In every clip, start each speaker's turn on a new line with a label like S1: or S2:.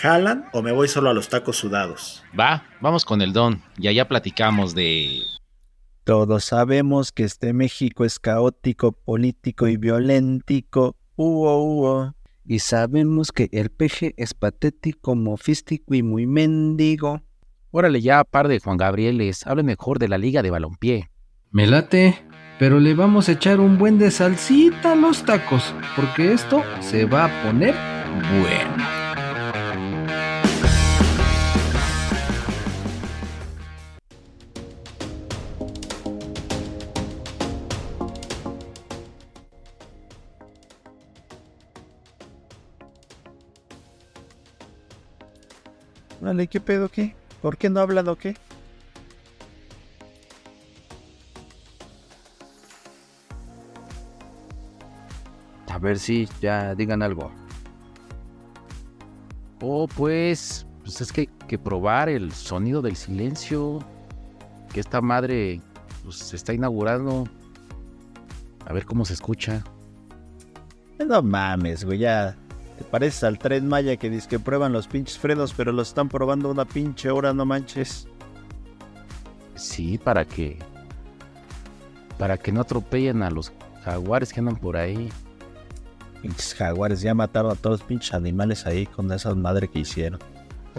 S1: ¿Jalan o me voy solo a los tacos sudados?
S2: Va, vamos con el don y allá platicamos de...
S3: Todos sabemos que este México es caótico, político y violentico. Hugo, hugo.
S4: Y sabemos que el peje es patético, mofístico y muy mendigo.
S5: Órale ya, par de Juan Gabrieles, hable mejor de la liga de balompié.
S6: Me late, pero le vamos a echar un buen de salsita a los tacos, porque esto se va a poner bueno.
S3: Vale, ¿qué pedo qué? ¿Por qué no ha hablado qué?
S5: A ver si ya digan algo. Oh, pues, pues es que hay que probar el sonido del silencio. Que esta madre pues, se está inaugurando. A ver cómo se escucha.
S3: Eh, No mames, güey, ya te pareces al tren Maya que dice que prueban los pinches frenos, pero los están probando una pinche hora, no manches.
S5: Sí, para que. Para que no atropellen a los jaguares que andan por ahí.
S3: Pinches jaguares, ya mataron a todos los pinches animales ahí con esas madre que hicieron.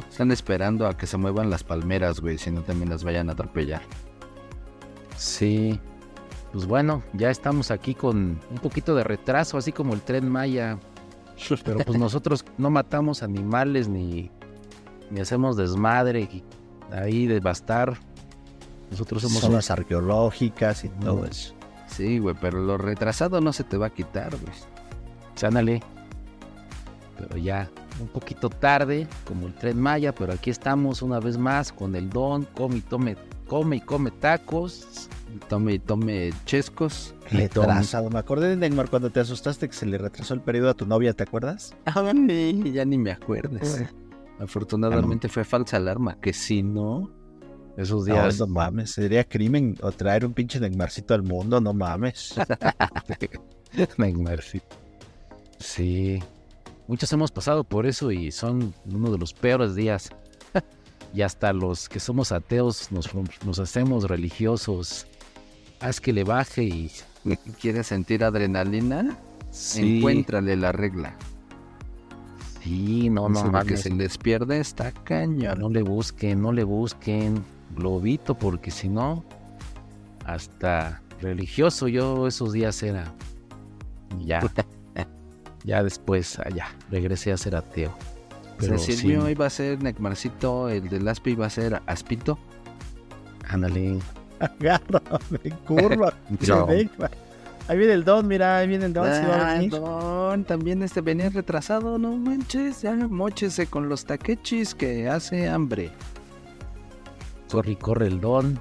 S5: Están esperando a que se muevan las palmeras, güey, si no también las vayan a atropellar. Sí. Pues bueno, ya estamos aquí con un poquito de retraso, así como el tren Maya. Pero pues nosotros no matamos animales ni, ni hacemos desmadre y ahí devastar. Nosotros somos.
S3: Zonas Pues arqueológicas y todo eso.
S5: Sí, güey, pero lo retrasado no se te va a quitar, güey. Sánale. Pero ya, un poquito tarde, como el tren Maya, pero aquí estamos una vez más con el don, come y tome, come y come tacos, tome y tome chescos.
S3: Retrasado. Me acordé de Neymar cuando te asustaste que se le retrasó el periodo a tu novia, ¿te acuerdas?
S4: Ah,
S5: Ay, ya ni me acuerdes. Afortunadamente fue falsa alarma, que si no, Ah, esos días.
S3: No, no mames, sería crimen o traer un pinche Neymarcito al mundo, no mames.
S5: Neymarcito. Sí. Muchos hemos pasado por eso y son uno de los peores días. y hasta los que somos ateos nos, nos hacemos religiosos. Haz que le baje y
S4: ¿Quieres sentir adrenalina? Sí. Encuéntrale la regla.
S5: Sí, no, no,
S4: Porque se les pierde esta caña.
S5: No le busquen, no le busquen globito, porque si no, hasta religioso yo esos días era. Ya. ya después, allá, regresé a ser ateo.
S4: Pero o sea, si sí. el mío iba a ser Necmarcito, el del Aspi iba a ser Aspito.
S5: Ándale
S3: agárrame, curva. no. Ahí viene el don, mira, ahí viene el don. ¿sí va a venir?
S4: Ah, don, también este venía retrasado, no manches, ya mochese con los taquechis que hace hambre.
S5: Corre y corre el don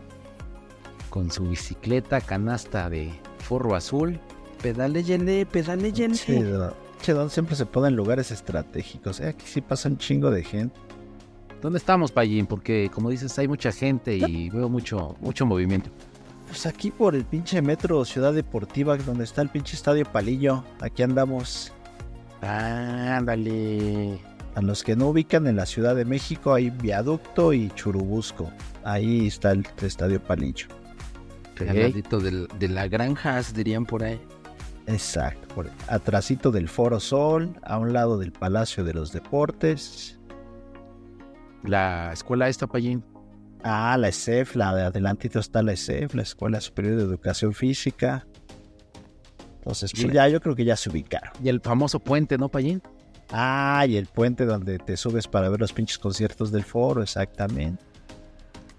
S5: con su bicicleta canasta de forro azul.
S4: Pedaleyele, pedaleyele.
S3: Che, don, che, don siempre se pone en lugares estratégicos. ¿eh? Aquí sí pasa un chingo de gente.
S5: ¿Dónde estamos, Payín? Porque, como dices, hay mucha gente y veo mucho, mucho movimiento.
S3: Pues aquí por el pinche metro Ciudad Deportiva, donde está el pinche estadio Palillo. Aquí andamos.
S5: Ah, Ándale.
S3: A los que no ubican en la Ciudad de México hay Viaducto y Churubusco. Ahí está el estadio Palillo.
S4: Pegadito okay. de, de la granjas, dirían por ahí.
S3: Exacto, por, atrasito del Foro Sol, a un lado del Palacio de los Deportes
S5: la escuela esta, Payín.
S3: Ah, la ESEF, la de adelantito está la E ESEF, la Escuela Superior de Educación Física. Entonces, pues, ya yo creo que ya se ubicaron.
S5: Y el famoso puente, ¿no, Payín?
S3: Ah, y el puente donde te subes para ver los pinches conciertos del foro, exactamente.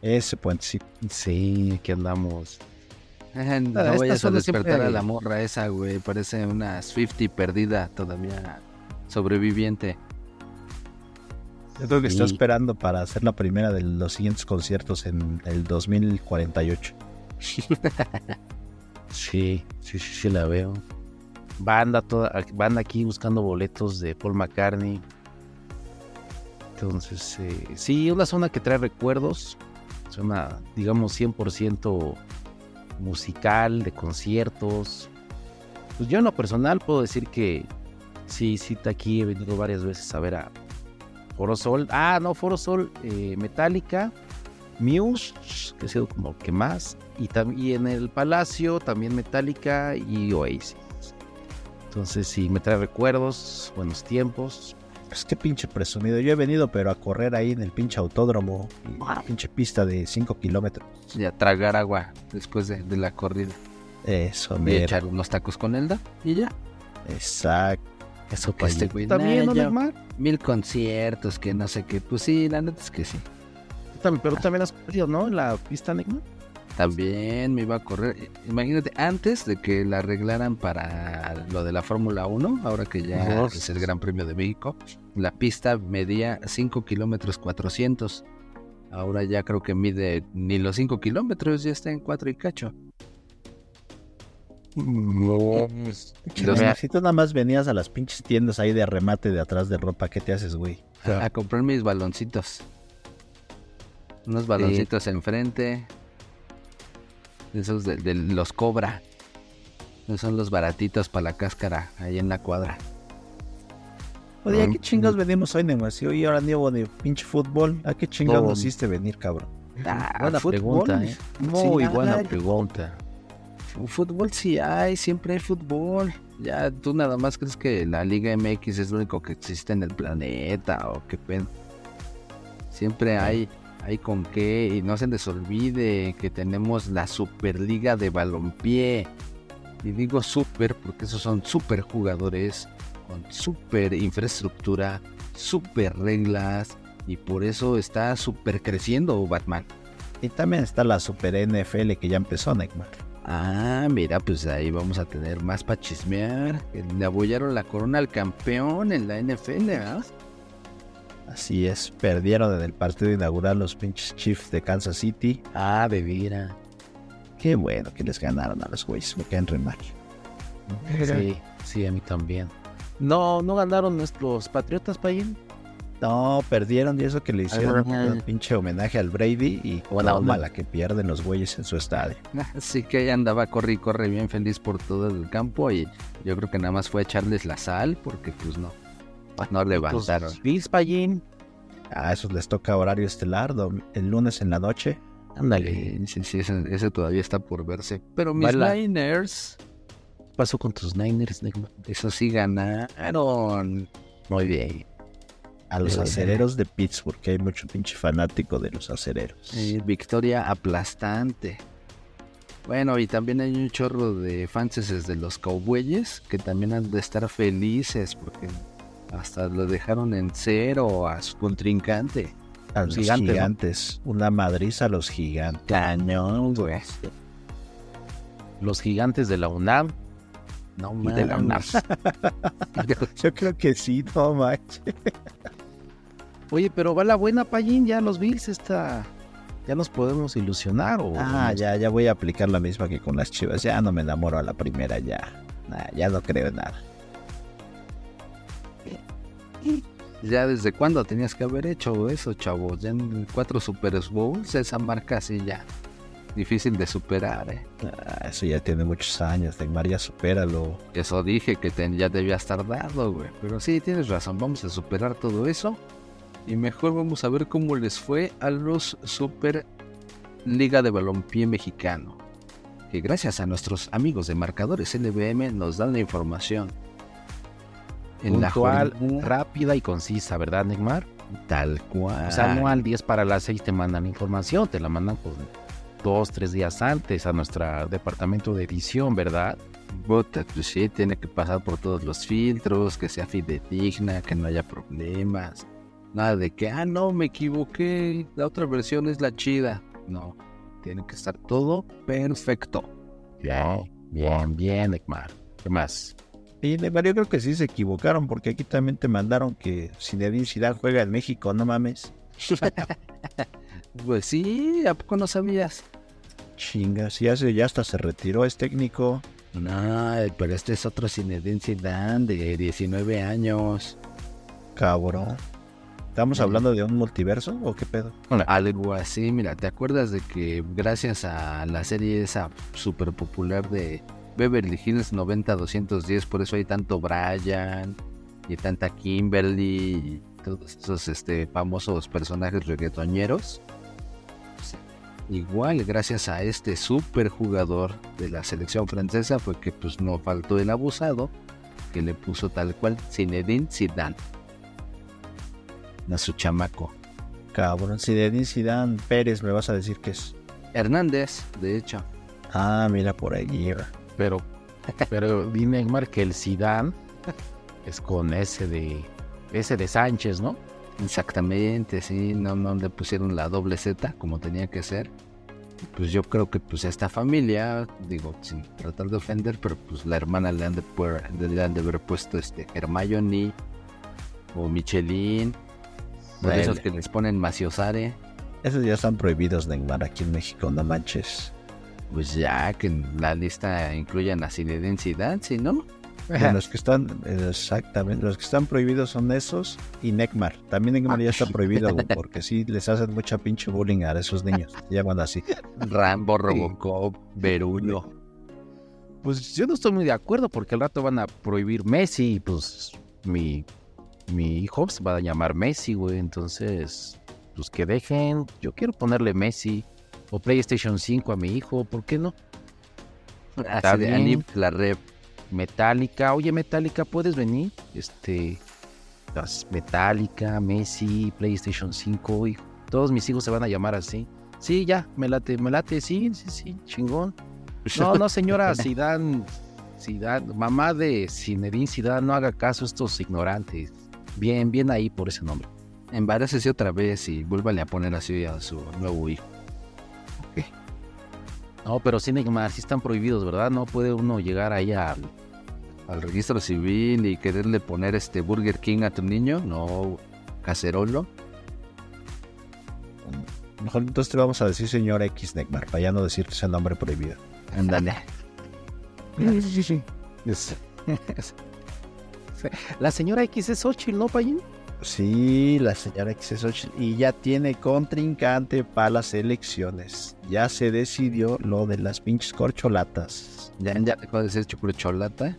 S3: Ese puente, sí.
S5: Sí, aquí andamos.
S4: Eh, no ah, vayas a despertar siempre... a la morra esa, güey. Parece una Swifty perdida todavía sobreviviente.
S3: Yo creo que está
S5: Sí.
S3: esperando para hacer la primera de los siguientes conciertos en el 2048.
S5: Sí, sí, sí, sí la veo. Banda toda, banda aquí buscando boletos de Paul McCartney. Entonces, eh, sí, es una zona que trae recuerdos. Zona, digamos, 100% musical, de conciertos. Pues yo en lo personal puedo decir que sí, sí, está aquí. He venido varias veces a ver a Foro Sol. Ah, no, Foro Sol, eh, Metallica. Muse, que ha sido como que más, y, tam- y en el Palacio también Metallica y Oasis. Entonces sí, me trae recuerdos, buenos tiempos.
S3: Es que Pues pinche presumido. Yo he venido, pero a correr ahí en el pinche autódromo. Pinche pista de 5 kilómetros.
S5: Y a tragar agua después de, de la corrida.
S3: Eso,
S5: Y
S3: mira.
S5: echar unos tacos con Elda.
S7: Y ya.
S3: Exacto.
S5: Eso este
S3: pa' allí.
S5: También,
S7: Nah,
S5: ¿no,
S7: ya-
S5: Neymar?
S7: Mil conciertos, que no sé qué. Pues sí, la neta es que sí.
S5: Tú también- Pero tú también has corrido, ¿no? En la pista, Neymar.
S7: También me iba a correr. Imagínate, antes de que la arreglaran para lo de la Fórmula 1, ahora que ya
S5: Ajá.
S7: es el Gran Premio de México, la pista medía 5 kilómetros 400. Ahora ya creo que mide ni los 5 kilómetros, ya está en 4 y cacho.
S3: Chale,
S7: Los-
S3: si tú nada más venías a las pinches tiendas ahí de remate de atrás de ropa, ¿qué te haces, güey?
S7: A comprar mis baloncitos. Unos baloncitos enfrente. Esos de, de los cobra. Esos son los baratitos para la cáscara, ahí en la cuadra.
S3: Oye,
S5: Ah.
S3: ¿a qué chingados venimos hoy, Neymar? Si hoy ahora ni hubo ni pinche fútbol, ¿a qué chingados nos hiciste venir, cabrón?
S7: Ah,
S5: buena
S7: fútbol.
S5: pregunta, ¿eh? Muy
S7: Sí,
S5: buena
S7: ay.
S5: pregunta.
S7: Fútbol sí hay, siempre hay fútbol. Ya tú nada más crees que la Liga MX es lo único que existe en el planeta o qué pedo. Siempre hay, hay con qué y no se les olvide que tenemos la Superliga de Balompié. Y digo super porque esos son super jugadores con super infraestructura, super reglas y por eso está super creciendo Batman.
S3: Y también está la Super NFL que ya empezó, Neymar.
S7: Ah, mira, pues ahí vamos a tener más para chismear. Que Le abollaron la corona al campeón en la NFL, ¿verdad?
S3: Así es, perdieron en el partido inaugural los pinches Chiefs de Kansas City.
S5: Ah, de veras.
S3: Qué bueno que les ganaron a los güeyes, me caen re mal.
S5: Sí, sí, a mí también. No, no ganaron nuestros patriotas, Payen.
S3: No, perdieron y eso que le hicieron
S5: Ay.
S3: un pinche homenaje al Brady y
S5: Buena
S3: la
S5: onda.
S3: mala que pierden los güeyes en su estadio.
S7: Así que ahí andaba, corre y corre bien feliz por todo el campo. Y yo creo que nada más fue a echarles la sal porque, pues no, no levantaron.
S5: Los Bills, Payen.
S3: A esos les toca horario estelar dom- el lunes en la noche.
S5: Ándale.
S7: Sí, sí, sí, ese, ese todavía está por verse. Pero mis
S5: Bala.
S7: Niners,
S5: ¿Qué pasó con tus Niners, Neymar?
S7: eso sí ganaron.
S5: Muy bien.
S3: A los
S5: Sí.
S3: acereros de Pittsburgh, que hay mucho pinche fanático de los acereros.
S7: Eh, victoria aplastante. Bueno, y también hay un chorro de fanses de los cowboys que también han de estar felices porque hasta lo dejaron en cero a su contrincante.
S3: A los
S5: Gigante, ¿no?
S3: gigantes. Una madriz a los gigantes.
S7: Cañón, güey.
S5: Los gigantes de la UNAM. No
S7: Y de la UNAM.
S5: mames.
S3: Yo creo que sí, no manches.
S5: Oye, pero va la buena, Payín. Ya los Bills está. Ya nos podemos ilusionar. O
S3: Ah, ya, ya voy a aplicar la misma que con las chivas. Ya no me enamoro a la primera, ya. Nah, ya no creo en nada.
S7: ya desde cuándo tenías que haber hecho eso, chavos. Ya en cuatro Super Bowls, esa marca así ya. Difícil de superar, eh.
S3: Ah, eso ya tiene muchos años. Neymar, ya supéralo.
S7: Eso dije que te- ya debías tardado, güey. Pero sí, tienes razón, vamos a superar todo eso. Y mejor vamos a ver cómo les fue a los Super Liga de Balompié Mexicano. Que gracias a nuestros amigos de Marcadores LBM nos dan la información. En la
S5: Puntual,
S7: jornada-
S5: rápida y concisa, ¿verdad, Neymar?
S7: tal cual.
S5: O sea, no al 10 para las 6 te mandan información, te la mandan con dos, tres días antes a nuestro departamento de edición, ¿verdad?
S7: Bota, pues sí, tiene que pasar por todos los filtros, que sea fidedigna, que no haya problemas. Nada de que, ah, no, me equivoqué, la otra versión es la chida. No, tiene que estar todo perfecto.
S5: Bien, bien, bien, Neymar. ¿Qué más?
S3: Y Levar, yo creo que sí se equivocaron porque aquí también te mandaron que Zinedine Zidane juega en México, no mames.
S7: Pues sí, ¿a poco no sabías?
S3: Chinga, si hace ya hasta se retiró, es técnico.
S7: No, pero este es otro Zinedine Zidane de 19 años.
S3: Cabrón. ¿Estamos hablando de un multiverso o qué pedo?
S7: Algo así, mira, ¿te acuerdas de que gracias a la serie esa súper popular de Beverly Hills 90210, por eso hay tanto Brian y tanta Kimberly y todos esos este, famosos personajes reggaetoneros? Pues, Igual, gracias a este super jugador de la selección francesa fue que pues no faltó el abusado que le puso tal cual Zinedine Zidane a su chamaco.
S3: Cabrón, Zinedine Zidane Pérez me vas a decir que es.
S7: Hernández, de hecho.
S3: Ah, mira, por ahí lleva.
S8: Pero, pero di Neymar que el Sidán es con ese de ese de Sánchez, ¿no?
S7: Exactamente, sí, no, no le pusieron la doble Z como tenía que ser. Y Pues yo creo que pues esta familia, digo, sin tratar de ofender, pero pues la hermana le han de, puer- le han de haber puesto este Hermione o Michelin, o de
S3: Bueno.
S7: esos que les ponen Maciosare,
S3: Esos ya están prohibidos, Neymar, aquí en México, no manches.
S7: pues ya que en la lista incluyan a Zinedine Zidane, ¿sí, no?
S3: De los que están, exactamente, los que están prohibidos son esos y Neymar. También Neymar ya está prohibido, güey, porque sí les hacen mucha pinche bullying a esos niños. Se llaman así.
S7: Rambo, Robocop, Berulo.
S8: Pues yo no estoy muy de acuerdo porque al rato van a prohibir Messi y pues mi, mi hijo se va a llamar Messi, güey. Entonces, pues que dejen. Yo quiero ponerle Messi o PlayStation 5 a mi hijo, ¿por qué no?
S7: Así de
S8: bien.
S7: Anip la rep.
S8: Metallica, oye Metallica, ¿puedes venir? Este, las Metallica, Messi, PlayStation 5, hijo. Todos mis hijos se van a llamar así. Sí, ya, me late, me late, sí, sí, sí, chingón. No, no, señora Zidane, Zidane, mamá de Zinedine Zidane, no haga caso a estos ignorantes. Bien, bien ahí por ese nombre.
S7: Embarácese otra vez y vuélvale a poner así a su nuevo hijo.
S8: No, pero sin Neymar, sí están prohibidos, ¿verdad? No puede uno llegar ahí al...
S7: Al registro civil y quererle poner este Burger King a tu niño, no cacerolo.
S3: Mejor entonces te vamos a decir señor X Neymar, para ya no decirte ese nombre prohibido.
S7: Ándale.
S8: La señora X es Xochitl, ¿no, Payín?
S3: Sí, la señora Xochitl. Y ya tiene contrincante para las elecciones. Ya se decidió lo de las pinches corcholatas.
S7: Ya, ya dejó de ser chucurcholata.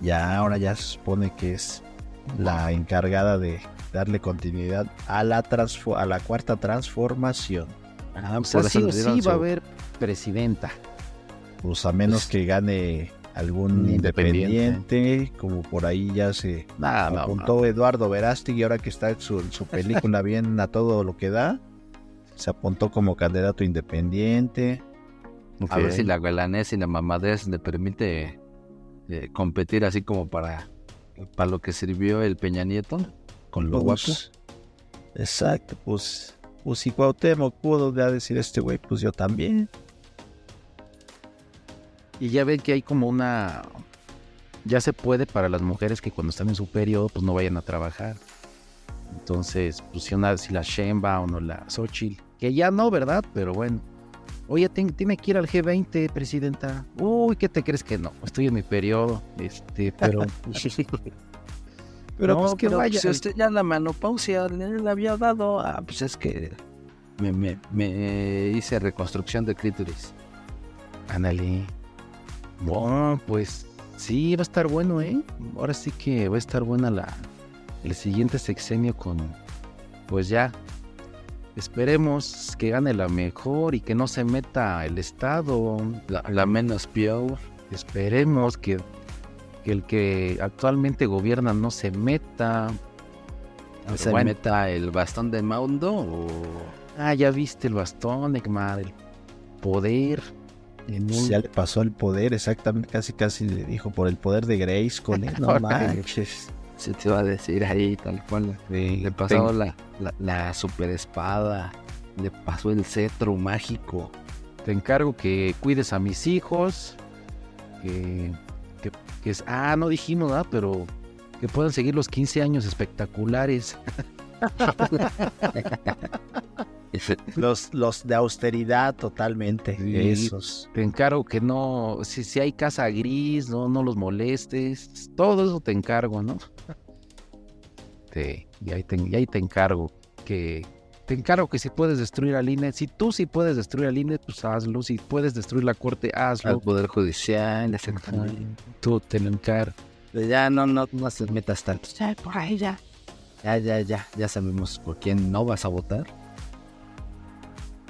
S3: Ya ahora ya se supone que es la encargada de darle continuidad a la, transfo- a la cuarta transformación.
S7: Ah,
S8: O sea,
S7: por
S8: sí
S7: eso
S8: pues o
S7: le dieron
S8: sí
S7: su-
S8: va a haber presidenta.
S3: Pues a menos que gane algún
S8: Independiente.
S3: independiente, como por ahí ya se
S7: Ah,
S8: Nada,
S3: apuntó Eduardo Verástegui, ahora que está en su, en su película bien a todo lo que da. Se apuntó como candidato independiente.
S7: A ver si la galanés y la mamadez le permite eh, competir así como para, para lo que sirvió el Peña Nieto con lo guapo.
S3: Pues, Exacto, pues, pues si Cuauhtémoc pudo ya decir este güey, pues yo también.
S8: Y ya ven que hay como una... Ya se puede para las mujeres que cuando están en su periodo pues no vayan a trabajar. Entonces, pues si, una, si la Sheinbaum o la Xochitl, que ya no, ¿verdad? Pero bueno. Oye, ten- tiene que ir al G20, presidenta. Uy, ¿qué te crees que no? Estoy en mi periodo. Este, pero...
S7: Pero
S8: No,
S7: pues que
S8: pero,
S7: vaya.
S8: pues,
S7: Si usted ya la menopausia le le había dado, ah, pues es que me, me- me hice reconstrucción de clítoris.
S8: Ándale. Bueno, pues sí, va a estar bueno, ¿eh? Ahora sí que va a estar buena la, el siguiente sexenio con... Pues ya, esperemos que gane la mejor y que no se meta el Estado.
S7: La, la menos peor.
S8: Esperemos que, que el que actualmente gobierna no se meta. Pero
S7: Se
S8: bueno.
S7: meta el bastón de Maundo o
S8: Ah, ya viste el bastón, Egmar, el poder. en
S3: Pues
S8: un-
S3: ya le pasó el poder, exactamente, casi casi le dijo por el poder de Grace con él. No
S8: Ahora-
S3: manches.
S7: se te va a decir ahí tal cual. Le pasó la, la, la super espada. Le pasó el cetro mágico.
S8: te encargo que cuides a mis hijos, que, que que es, ah, no dijimos nada, pero que puedan seguir los 15 años espectaculares.
S3: Los, los de austeridad totalmente.
S8: Sí.
S3: Esos.
S8: Te encargo que no, si, si hay casa gris, no, no los molestes. Todo eso te encargo, ¿no? Te, este, y, ahí te, y ahí te encargo que te encargo que si puedes destruir al INE, si tú sí puedes destruir al INE, pues hazlo. Si puedes destruir la corte, hazlo.
S7: al Poder Judicial, las
S8: Tú te lo encargo.
S7: Ya no, no, no se metas tanto. Ya, por ahí ya. Ya, ya, ya. Ya sabemos por quién no vas a votar.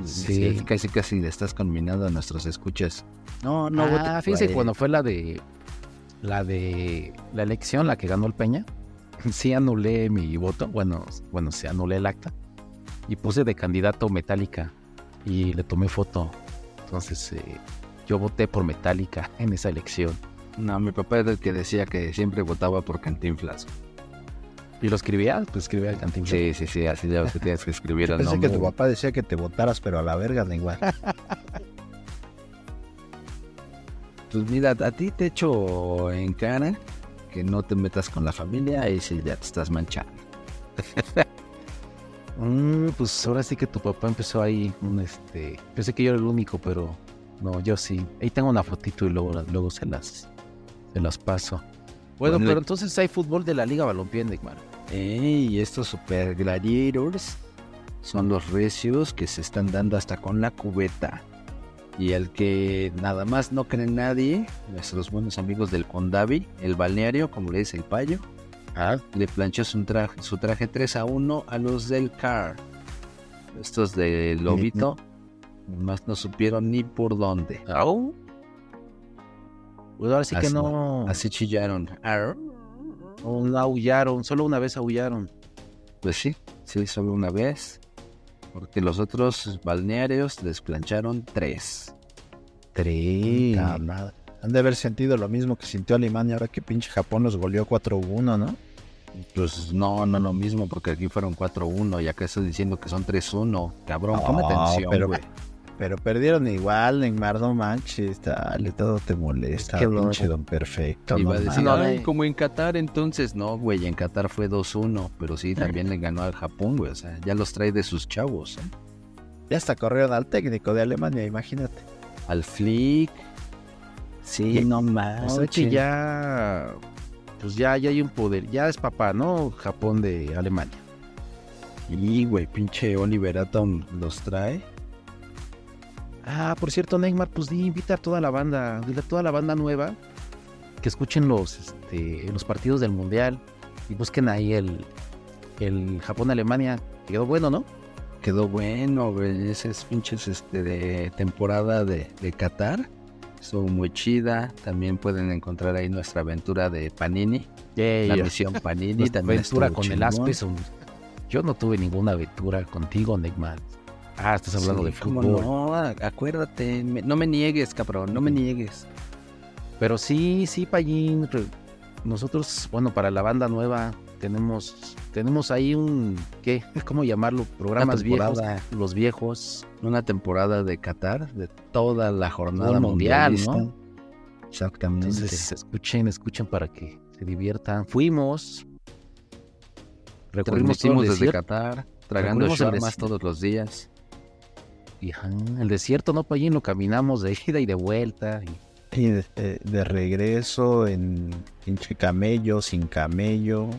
S8: Sí.
S7: Sí, casi, casi le estás conminando a nuestros escuchas.
S3: No, no voten
S8: ah,
S3: por
S8: fíjense,
S3: él.
S8: cuando fue la de la de la elección, la que ganó el Peña, sí anulé mi voto, bueno, bueno, sí anulé el acta y puse de candidato Metallica y le tomé foto. Entonces, eh, yo voté por Metallica en esa elección
S7: No, mi papá era el que decía que siempre votaba por Cantinflas.
S8: y lo escribía, pues escribía el Cantinflas.
S7: Sí, sí, sí, así ya ves que tienes que escribir
S3: Yo
S7: el
S3: pensé
S7: nombre.
S3: que tu papá decía que te votaras, pero a la verga da igual.
S7: Pues mira, a ti te echo en cara que no te metas con la familia y si ya te estás manchando.
S8: Mm, pues ahora sí que tu papá empezó ahí, un este, pensé que yo era el único, pero no, yo sí. Ahí tengo una fotito y luego, luego se las, se las paso. Bueno,
S7: Ponle-
S8: pero entonces hay fútbol de la Liga Balompié, Neymar.
S7: Ey, y estos super gladiators son los recios que se están dando hasta con la cubeta. Y el que nada más no cree en nadie, nuestros buenos amigos del Condavi, el balneario, como le dice el payo,
S8: Ah,
S7: le planchó su traje, su traje 3 a 1 a los del Car. Estos del Lobito, más no supieron ni por dónde.
S8: Au. Pues ahora sí que
S7: Así-
S8: no,
S7: Así chillaron. Arr.
S8: no, no aullaron, solo una vez aullaron.
S7: Pues sí, sí, solo una vez. Porque los otros balnearios les plancharon tres.
S8: Tres.
S3: Ah, madre. Han de haber sentido lo mismo que sintió Alemania ahora que pinche Japón los goleó 4-1, ¿no?
S7: Pues no, no lo mismo, porque aquí fueron 4-1 y acá estás diciendo que son 3-1. Cabrón, ponme
S3: No,
S7: atención,
S3: pero-
S7: güey.
S3: Pero perdieron igual, Neymar, no manches, dale, todo te molesta,
S8: Es que no.
S3: pinche don perfecto.
S7: Iba
S3: no
S7: a decir,
S3: mames.
S7: "Ay, como en Qatar, entonces no, güey, en Qatar fue 2-1, pero sí, también le ganó al Japón, güey. O sea, ya los trae de sus chavos. ¿eh?
S3: Ya hasta corrieron al técnico de Alemania, imagínate.
S7: Al Flick. Sí, no más.
S8: Ahorita ya, pues ya, ya hay un poder, ya es papá, ¿no? Japón de Alemania.
S7: Y, güey, pinche Oliver Atom los trae.
S8: Ah, por cierto, Neymar, pues di, invita a toda la banda, dile a toda la banda nueva que escuchen los, este, los partidos del Mundial y busquen ahí el, el Japón-Alemania. Quedó bueno, ¿no?
S7: Quedó bueno, güey. Esa es pinches este, de temporada de, de Qatar. Estuvo muy chida. También pueden encontrar ahí nuestra aventura de Panini. la
S8: Nuestra
S7: misión Panini. Pues también
S8: aventura
S7: estuvo
S8: con el
S7: chingón.
S8: Aspes. un- Yo no tuve ninguna aventura contigo, Neymar. Ah, estás hablando
S7: Sí,
S8: de
S7: cómo
S8: fútbol.
S7: No, a- acuérdate. me- no me niegues, cabrón. No me niegues.
S8: Pero sí, sí, Payín. re- Nosotros, bueno, para la banda nueva tenemos tenemos ahí un, ¿qué? ¿Cómo llamarlo? Programas viejos.
S7: temporada.
S8: Los viejos.
S7: Una temporada de Qatar, de toda la jornada
S8: Fútbol mundial,
S7: mundial,
S8: ¿no?
S7: Exactamente.
S8: Entonces, escuchen, escuchen para que se diviertan. Fuimos. Recorrimos todo
S7: Transmitimos
S8: el
S7: desde
S8: desierto.
S7: Qatar, tragando
S8: Recorrimos el
S7: shawarmas
S8: desierto.
S7: todos los días.
S8: y, ajá, el desierto, ¿no, Payín? Lo caminamos de ida y de vuelta. y-
S3: Y de, de- de regreso en pinche camello, sin camello.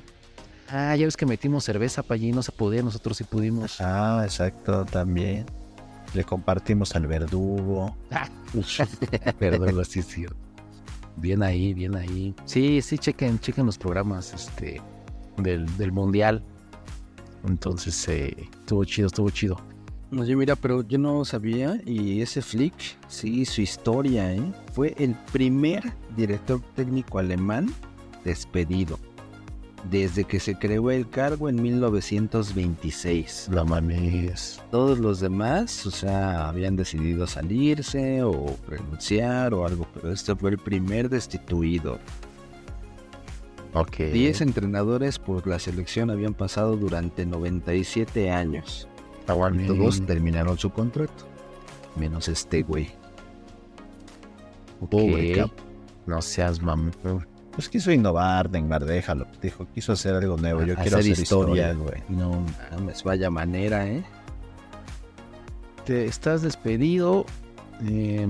S8: ah, ya ves que metimos cerveza, Payín. No se podía, nosotros sí pudimos.
S3: Ah, exacto, también. Le compartimos al verdugo.
S8: Perdón, lo sí, sí. Bien ahí, bien ahí. Sí, sí, chequen, chequen los programas este, del, del Mundial. Entonces, eh, estuvo chido, estuvo chido.
S7: Oye, mira, pero yo no sabía y ese Flick, sí, su historia, ¿eh? Fue el primer director técnico alemán despedido. Desde que se creó el cargo en 1926.
S8: La mames.
S7: Todos los demás, o sea, habían decidido salirse o renunciar o algo, pero este fue el primer destituido.
S8: Ok.
S7: Diez entrenadores por la selección habían pasado durante 97 años. Y todos terminaron su contrato. Menos este güey.
S8: Ok.
S3: Pobre cap.
S8: No seas mamón.
S3: Pues quiso innovar, Neymar, déjalo. Dijo, quiso hacer algo nuevo. Yo quiero hacer historia, güey.
S7: No mames, vaya manera, ¿eh?
S8: Te estás despedido. eh,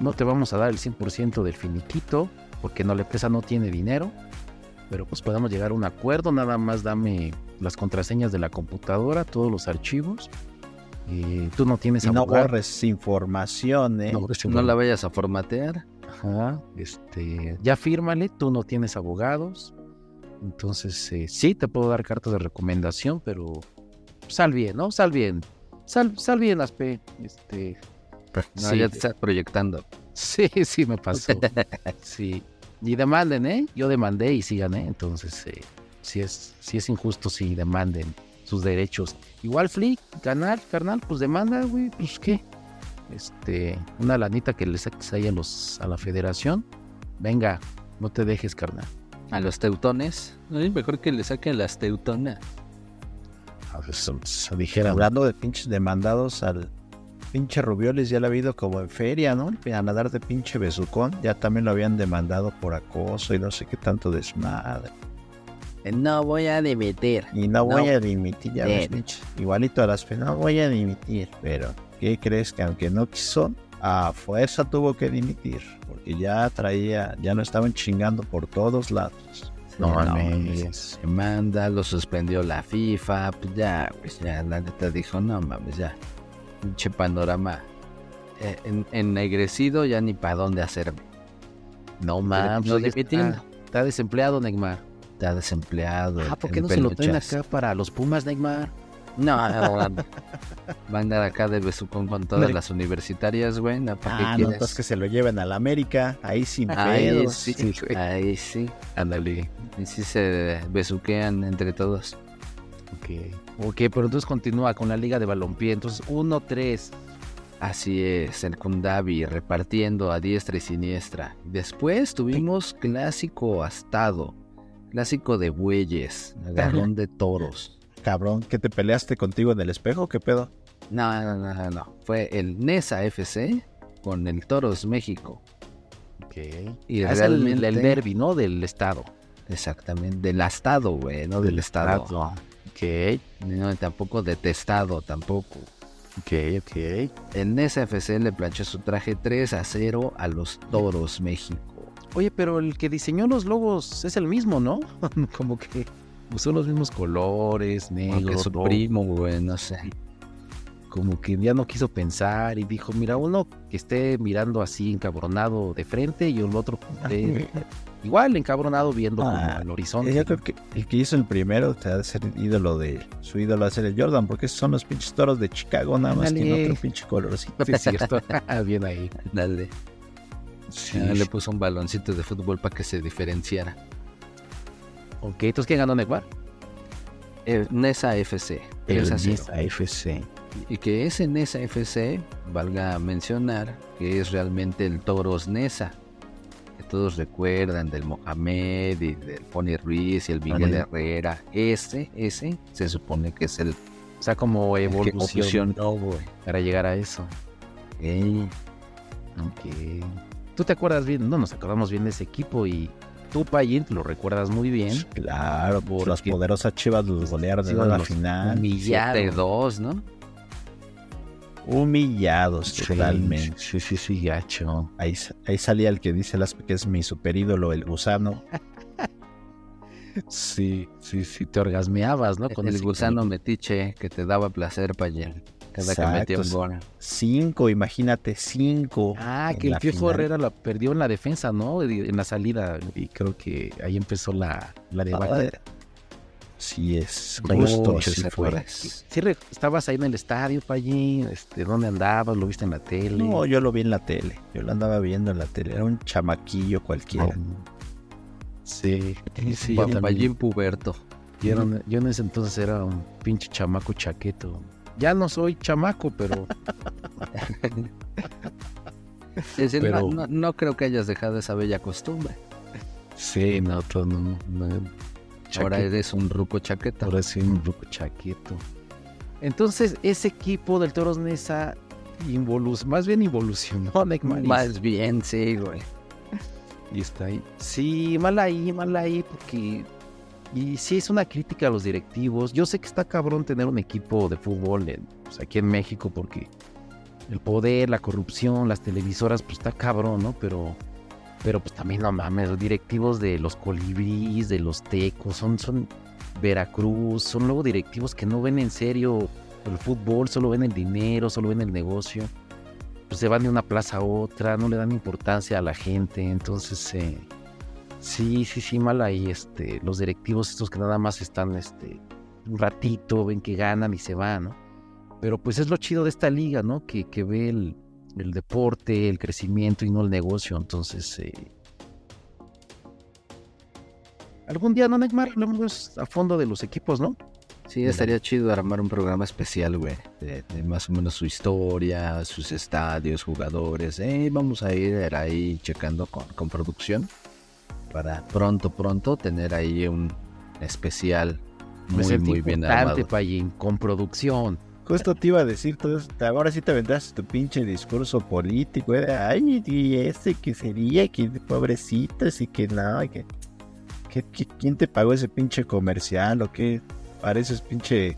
S8: no te vamos a dar el 100% del finiquito porque no, la empresa no tiene dinero. Pero pues podemos llegar a un acuerdo. Nada más dame las contraseñas de la computadora, todos los archivos. Eh, tú no tienes
S3: Y no
S8: abogado.
S3: borres información, eh.
S8: No borres tu
S7: No la vayas a formatear.
S8: Ajá, este, ya fírmale, tú no tienes abogados. Entonces, eh, sí, te puedo dar cartas de recomendación, pero sal bien, ¿no? Sal bien. Sal, sal bien, Aspe. Este,
S7: No,
S8: sí,
S7: ya te estás proyectando.
S8: sí, sí, me pasó. sí. Y demanden, ¿eh? Yo demandé y sí gané. Entonces, eh, sí, es, sí es injusto si demanden sus derechos. Igual, Flick, ganar, carnal, pues demanda, güey, pues qué. Este, una lanita que les saques ahí a, los, a la federación. Venga, no te dejes, carnal.
S7: A los teutones. Ay, mejor que le saquen las teutonas.
S8: A ver, se- se dijera,
S3: Hablando de pinches demandados al pinche Rubioles, ya lo ha habido como en feria, ¿no? A nadar de pinche besucón, ya también lo habían demandado por acoso y no sé qué tanto desmadre.
S7: No voy a demeter.
S3: Y no Eh. voy
S7: No.
S3: a dimitir, ya ves,
S7: Bien.
S3: pinche. Igualito a las fe, no voy a dimitir. Pero, ¿qué crees que aunque no quiso, a fuerza tuvo que dimitir? Porque ya traía, ya lo estaban chingando por todos lados.
S7: No,
S3: mames.
S7: mames. Se manda, lo suspendió la FIFA. Pues ya, pues ya, la neta dijo, no mames, ya. Pinche panorama. eh, en- ennegrecido, ya ni para dónde hacerme.
S8: pues, no
S7: mames,
S8: mames,
S7: oye,
S8: Ah, está,
S7: está-
S8: está desempleado, Neymar.
S7: Está desempleado.
S8: Ah,
S7: el-
S8: ¿por qué
S7: el
S8: no se lo traen
S7: peluchazo.
S8: acá para los Pumas, Neymar?
S7: No, no, no. va a andar acá de besucón con todas
S3: Hombre.
S7: las universitarias, güey. ¿no? ¿Para qué
S3: Ah, no,
S7: quieres?
S3: entonces que se lo lleven a la América, ahí sin
S7: Ahí
S3: pedos.
S7: sí, ahí sí.
S8: Ándale.
S7: Ahí sí se besuquean entre todos.
S8: Ok. Ok, pero entonces continúa con la liga de balompié. Entonces, 1-3.
S7: Así es, el Kundabi repartiendo a diestra y siniestra. Después tuvimos clásico astado, clásico de bueyes, agarrón de toros.
S3: Cabrón, ¿que te peleaste contigo en el espejo? o ¿Qué pedo?
S7: No, no, no, no, no. Fue el Nesa FC con el Toros México.
S8: Ok.
S7: Y
S8: Ah, es el- el,
S7: realmente...
S8: derby, ¿no? Del estado.
S7: Exactamente, del astado, güey, no del estado.
S8: Ok,
S7: No, tampoco detestado, tampoco.
S8: ok, ok.
S7: En SFC le planchó su traje 3 a 0 a los Toros México.
S8: Oye, pero el que diseñó los logos es el mismo, ¿no? Como que usó los mismos colores,
S7: Como que
S8: negro,
S7: su
S8: rojo.
S7: primo, güey, no sé.
S8: Como que ya no quiso pensar y dijo, mira, uno que esté mirando así encabronado de frente y el otro que esté igual encabronado viendo como
S3: Ah,
S8: al
S3: Eh,
S8: horizonte.
S3: Yo creo que el que hizo el primero te ha de ser ídolo de Su ídolo va a ser el Jordan, porque esos son los pinches toros de Chicago, nada más que en
S8: Ándale.
S3: otro pinche colorcito.
S8: Sí, es cierto. Bien ahí.
S7: Dale.
S3: Sí.
S7: Ah, Le puso un baloncito de fútbol para que se diferenciara.
S8: Ok, entonces ¿quién ganó Neymar?
S7: Eh, Nesa FC. 3 a 0.
S3: FC.
S7: Y que ese Nesa FC, valga mencionar, que es realmente el Toros Nesa. Que todos recuerdan del Mohamed y del Pony Ruiz y el Miguel
S3: Ándale.
S7: Herrera. Ese, ese, se supone que es el
S8: O sea, como
S7: el que
S8: evolución
S7: evolucionó, güey.
S8: para llegar a eso.
S7: Ey,
S8: Ok. Eh, Tú te acuerdas bien, no nos acordamos bien de ese equipo y tú, Payin, lo recuerdas muy bien.
S3: Pues Claro, por las
S8: Porque-
S3: poderosas chivas los golearon
S8: Sí,
S3: en la
S8: los
S3: final.
S8: Humillado.
S7: 7-2, ¿no?
S3: Humillados totalmente.
S8: Sí, sí, sí, gacho.
S3: Ahí, sa- ahí salía el que dice las que es mi superídolo, el gusano.
S8: Sí, sí, sí, te orgasmeabas, ¿no?
S7: el
S8: ese
S7: gusano
S8: equipo.
S7: metiche que te daba placer, Payel. Cada que metía un
S3: Exacto.
S7: gol.
S3: Cinco, imagínate, cinco.
S8: Ah,
S3: en
S8: que el
S3: la
S8: Piojo
S3: final.
S8: Herrera la perdió en la defensa, ¿no? Y- En la salida. Y creo que ahí empezó la, la
S3: Ah,
S8: debacle.
S3: Sí, es justo.
S7: Muchos
S3: así fue.
S7: errores.
S8: Sí, re- estabas ahí en el estadio, Payín. Este, ¿Dónde andabas? ¿Lo viste en la tele?
S3: No, yo lo vi en la tele. Yo lo andaba viendo en la tele. Era un chamaquillo cualquiera.
S8: Sí, sí, yo
S7: Papayín
S8: también.
S7: Puberto.
S8: Yo, era un- yo en ese entonces era un pinche chamaco chaqueto. Ya no soy chamaco, pero
S7: Es decir,
S8: Pero-
S7: no, no- no creo que hayas dejado esa bella costumbre.
S8: sí, no, todo no, no,
S7: Ahora
S8: chaqueto.
S7: eres un ruco chaqueta.
S8: Ahora sí, un poco chaqueto. Entonces, ese equipo del Toros Nesa involu- más bien involucionó a Neymar.
S7: Más bien, sí, güey.
S8: Y está ahí. Sí, mal ahí, mal ahí, porque. Y sí, es una crítica a los directivos. Yo sé que está cabrón tener un equipo de fútbol en- pues, aquí en México, porque el poder, la corrupción, las televisoras, pues está cabrón, ¿no? Pero. Pero pues también no mames, los directivos de los colibríes, de los tecos, son, son Veracruz, son luego directivos que no ven en serio el fútbol, solo ven el dinero, solo ven el negocio pues se van de una plaza a otra, no le dan importancia a la gente, entonces eh, sí, sí, sí, mal ahí, este, los directivos estos que nada más están este, un ratito, ven que ganan y se van, ¿no? Pero pues es lo chido de esta liga, ¿no? Que, que ve el, el deporte, el crecimiento y no el negocio, entonces... eh, Algún día, ¿no, Neymar? Hablamos a fondo de los equipos, ¿no?
S7: Sí, estaría chido armar un programa especial, güey. De, de más o menos su historia, sus estadios, jugadores. Eh, vamos a ir ahí checando con, con producción. Para pronto, pronto tener ahí un especial muy,
S8: Me sentí
S7: muy bien
S8: importante,
S7: armado.
S8: Payín, con producción.
S3: Justo te iba a decir, todo eso, te- ahora sí te vendrás tu pinche discurso político, ¿eh? de, Ay, y ese que sería, que pobrecitos y que no, y que, que- que- ¿quién te pagó ese pinche comercial o qué? Pareces pinche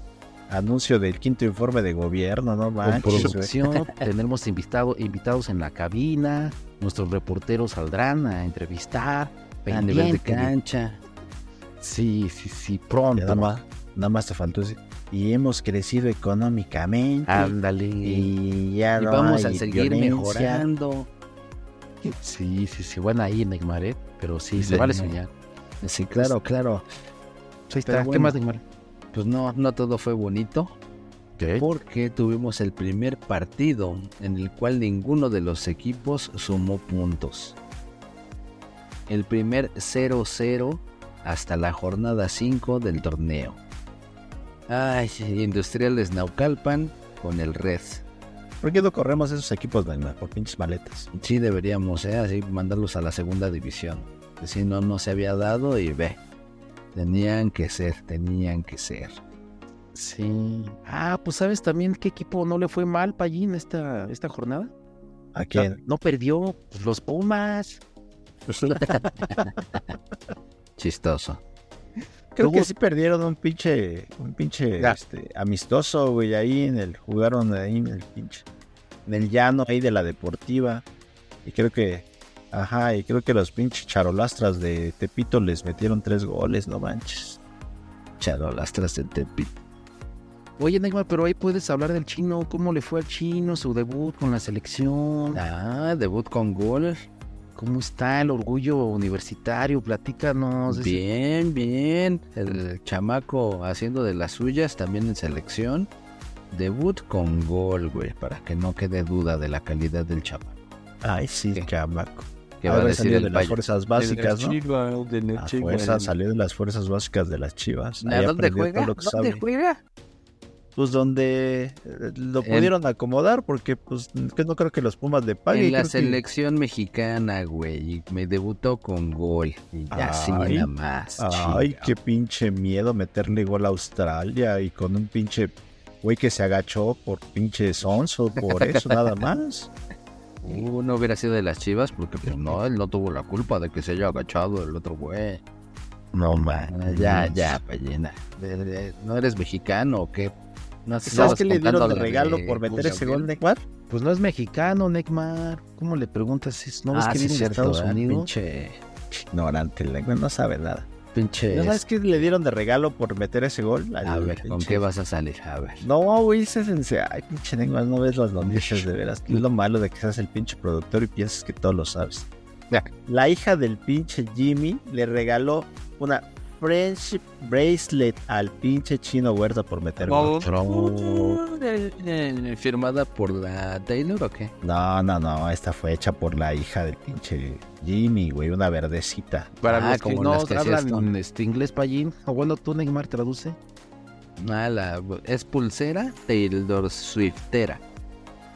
S3: anuncio del quinto informe de gobierno, no
S7: Ah,
S8: con
S3: manches, güey.
S8: producción, tenemos invitado, invitados en la cabina, nuestros reporteros saldrán a entrevistar,
S7: A nivel de
S8: pendiente.
S7: cancha.
S8: Sí, sí, sí,
S3: Ya Nada
S8: pronto.
S3: más, nada más te faltó ese, Y hemos crecido económicamente.
S8: Ándale.
S3: Ah, y ya
S7: Y
S3: no
S7: vamos a
S3: hay
S7: seguir
S3: violencia.
S7: mejorando.
S8: Sí, sí, sí, bueno ahí, Neymar, ¿eh? pero sí, se
S7: Sí.
S8: vale soñar.
S7: Sí,
S3: Claro, claro.
S8: Pues Ahí está,
S3: Pero
S8: ¿qué
S3: bueno.
S8: más, Neymar?
S7: Pues no, no todo fue bonito. Porque tuvimos el primer partido en el cual ninguno de los equipos sumó puntos. El primer 0-0 hasta la jornada 5 del torneo. Ay, Industriales Naucalpan con el Red.
S3: ¿Por qué no corremos esos equipos, Neymar? Por pinches maletas.
S7: Sí deberíamos, ¿eh? Así mandarlos a la segunda división. Si no, no se había dado y ve. Tenían que ser, tenían que ser.
S8: Sí. Ah, pues sabes también qué equipo no le fue mal, Payín, esta, esta jornada.
S3: ¿A quién?
S8: No perdió, pues, los Pumas.
S7: Chistoso.
S3: Creo
S8: Luego-
S3: que sí perdieron un pinche, un pinche
S8: Ya.
S3: este, amistoso, güey, ahí en el, jugaron ahí en el pinche, en el llano ahí de la deportiva. Y creo que, ajá, y creo que los pinches charolastras de Tepito les metieron tres goles, no manches.
S7: Charolastras de Tepito.
S8: Oye, Neymar, pero ahí puedes hablar del chino, cómo le fue al chino, su debut con la selección.
S7: Ah, debut con gol.
S8: ¿Cómo está el orgullo universitario? Platícanos. de ese-
S7: Bien, bien. El chamaco haciendo de las suyas también en selección. Debut con gol, güey, para que no quede duda de la calidad del chamaco.
S3: Ay, sí, chamaco.
S7: ¿Qué va a
S3: Haber
S7: decir
S3: salido de
S7: el
S3: las
S7: payo?
S3: fuerzas básicas, ¿no? A fuerza salió de las fuerzas básicas de las Chivas.
S7: ¿A
S3: Ahí
S7: dónde
S3: aprendió
S7: juega?
S3: todo lo que
S7: ¿Dónde
S3: sabe.
S7: juega?
S3: pues donde eh, lo
S7: En-
S3: pudieron acomodar porque pues que no creo que los Pumas le paguen.
S7: En la
S3: creo que-
S7: selección mexicana, güey. y Me debutó con gol. Y así
S3: Ay.
S7: nada más.
S3: Ay,
S7: chinga.
S3: qué pinche miedo meterle gol a Australia y con un pinche güey que se agachó por pinche sonso, por eso nada más.
S7: Uh, no hubiera sido de las chivas porque pues, no, él no tuvo la culpa de que se haya agachado el otro güey.
S3: No
S7: Ah, Ya, ya, Payena. De- de- ¿No eres mexicano o qué? No sé,
S3: ¿Sabes
S7: estabas
S3: qué le dieron
S7: contando
S3: de
S7: la
S3: regalo
S7: de
S3: por meter
S7: Cruz
S3: ese
S7: Gabriel.
S3: gol, Neymar?
S8: Pues no es mexicano, Neymar. ¿Cómo le preguntas eso? ¿No ves
S7: Ah,
S8: que
S7: sí,
S8: viene de
S7: cierto,
S8: Estados
S7: ¿verdad?
S8: Unidos?
S7: Pinche,
S3: Ignorante, el Neymar no sabe nada.
S7: pinche.
S3: ¿No sabes qué le dieron de regalo por meter ese gol? Al
S7: A ver, ¿con
S3: pinche-
S7: qué vas a salir? A ver.
S3: No, güey, ese es en serio. Ay, pinche lengua, no ves las noticias de veras. Es lo malo de que seas el pinche productor y piensas que todo lo sabes.
S8: Ya.
S3: La hija del pinche Jimmy le regaló una friendship bracelet al pinche chino huerta por meter gol.
S7: ¿Firmada por la Taylor o qué?
S3: No, no, no, esta fue hecha por la hija del pinche Jimmy, güey, una verdecita.
S8: Para
S7: Ah,
S8: los que
S7: como
S8: no
S7: las que hacías tú.
S8: hablan este inglés, Payín. O bueno, tú, Neymar, traduce.
S7: Ah, la, es pulsera Taylor Swiftera.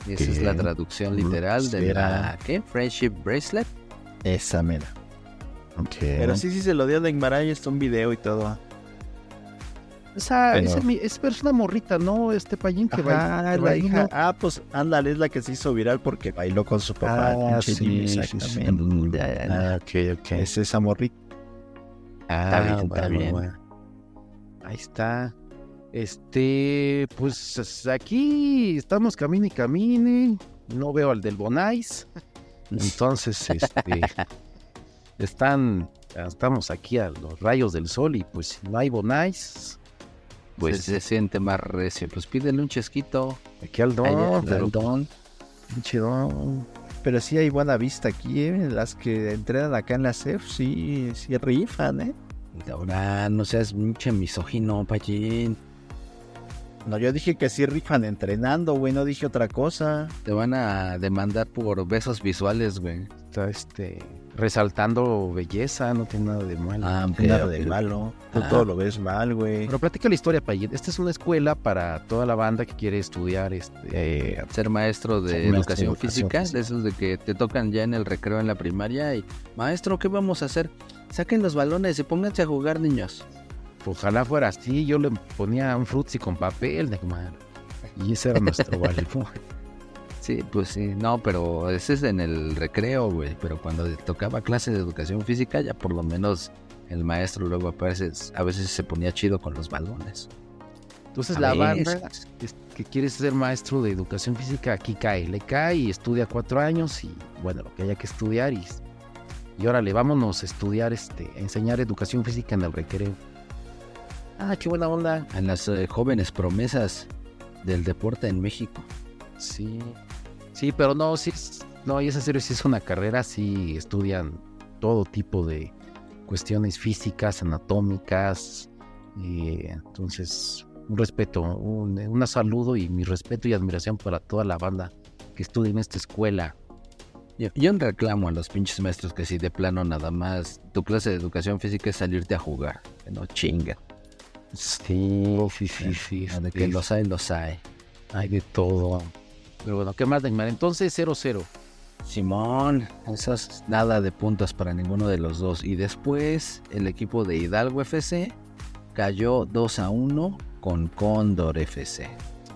S7: Esa es la
S3: ¿Qué?
S7: traducción literal de la
S3: Pulsera.
S7: ¿qué? Friendship Bracelet.
S3: Esa mera. Ah, Pero sí, sí se lo dio Neymar, ahí está un video y todo.
S9: Esa,
S3: Pero-
S9: esa mi- es, pero es una morrita, ¿no? Este payín que va.
S3: Ajá,
S9: que
S3: la
S9: bailó.
S3: hija. Ah, pues ándale, es la que se hizo viral porque bailó con su papá.
S9: Ah,
S3: pinche
S9: sí,
S3: niño,
S9: sí, sí.
S3: exactamente.
S8: Ah, ok, ok.
S3: Es esa morrita.
S8: Ah,
S3: Ah,
S8: está
S3: bueno,
S8: bien.
S3: bueno.
S8: Ahí está. Este, pues es- aquí estamos camine y camine. No veo al del Bonais. Entonces, este, están, estamos aquí a los rayos del sol y pues si no hay Bonais.
S7: Pues
S8: Pues
S7: se siente más recio. Pues pídele un chesquito.
S8: aquí al
S7: Ahí
S8: Oh, don,
S7: al
S8: pero
S7: don.
S3: Pinche don. Pero sí hay buena vista aquí, ¿eh? Las que entrenan acá en la
S8: E
S3: CEF, sí, sí rifan, ¿eh?
S7: Ahora, no seas mucho misógino, Payín.
S3: No, yo dije que sí rifan entrenando, güey, no dije otra cosa.
S7: Te van a demandar por besos visuales, güey.
S8: está este resaltando belleza, no tiene nada de malo.
S7: Ah,
S3: Nada de malo. Tú
S7: Ah.
S3: todo lo ves mal, güey.
S8: Pero platica la historia, Payet. Esta es una escuela para toda la banda que quiere estudiar este, eh,
S7: Ser maestro de
S3: Ser maestro de
S7: educación
S3: educación
S7: física,
S3: física.
S7: de esos de que te tocan ya en el recreo en la primaria y, maestro, ¿qué vamos a hacer? Saquen los balones y pónganse a jugar, niños.
S8: pues, Ojalá fuera así, yo le ponía un frutzi con papel, Neymar. Y ese era nuestro valor.
S7: Sí, pues sí, no, pero ese es en el recreo, güey. Pero cuando te tocaba clase de educación física, ya por lo menos el maestro luego a veces, a veces se ponía chido con los balones.
S8: Entonces
S7: A
S8: la
S7: ver.
S8: banda es- que quiere ser maestro de educación física, aquí cae, le cae y estudia cuatro años y bueno, lo que haya que estudiar y, y órale, vámonos a estudiar, este, a enseñar educación física en el recreo. Ah, qué buena onda.
S7: A las eh, jóvenes promesas del deporte en México.
S8: Sí, sí, pero no, sí, es- no, y es en serio, sí es una carrera, sí estudian todo tipo de cuestiones físicas, anatómicas, y entonces un respeto, un, un saludo y mi respeto y admiración para toda la banda que estudia en esta escuela.
S7: Yo, yo reclamo a los pinches maestros que si de plano nada más tu clase de educación física es salirte a jugar. Que no chinga.
S8: Sí, sí, sí, sí.
S7: De que los hay, los hay.
S8: hay de todo. Pero bueno, ¿qué más, Neymar? Entonces, 0-0.
S7: Simón, esas nada de puntos para ninguno de los dos. Y después el equipo de Hidalgo FC cayó 2 a 1 con Cóndor FC.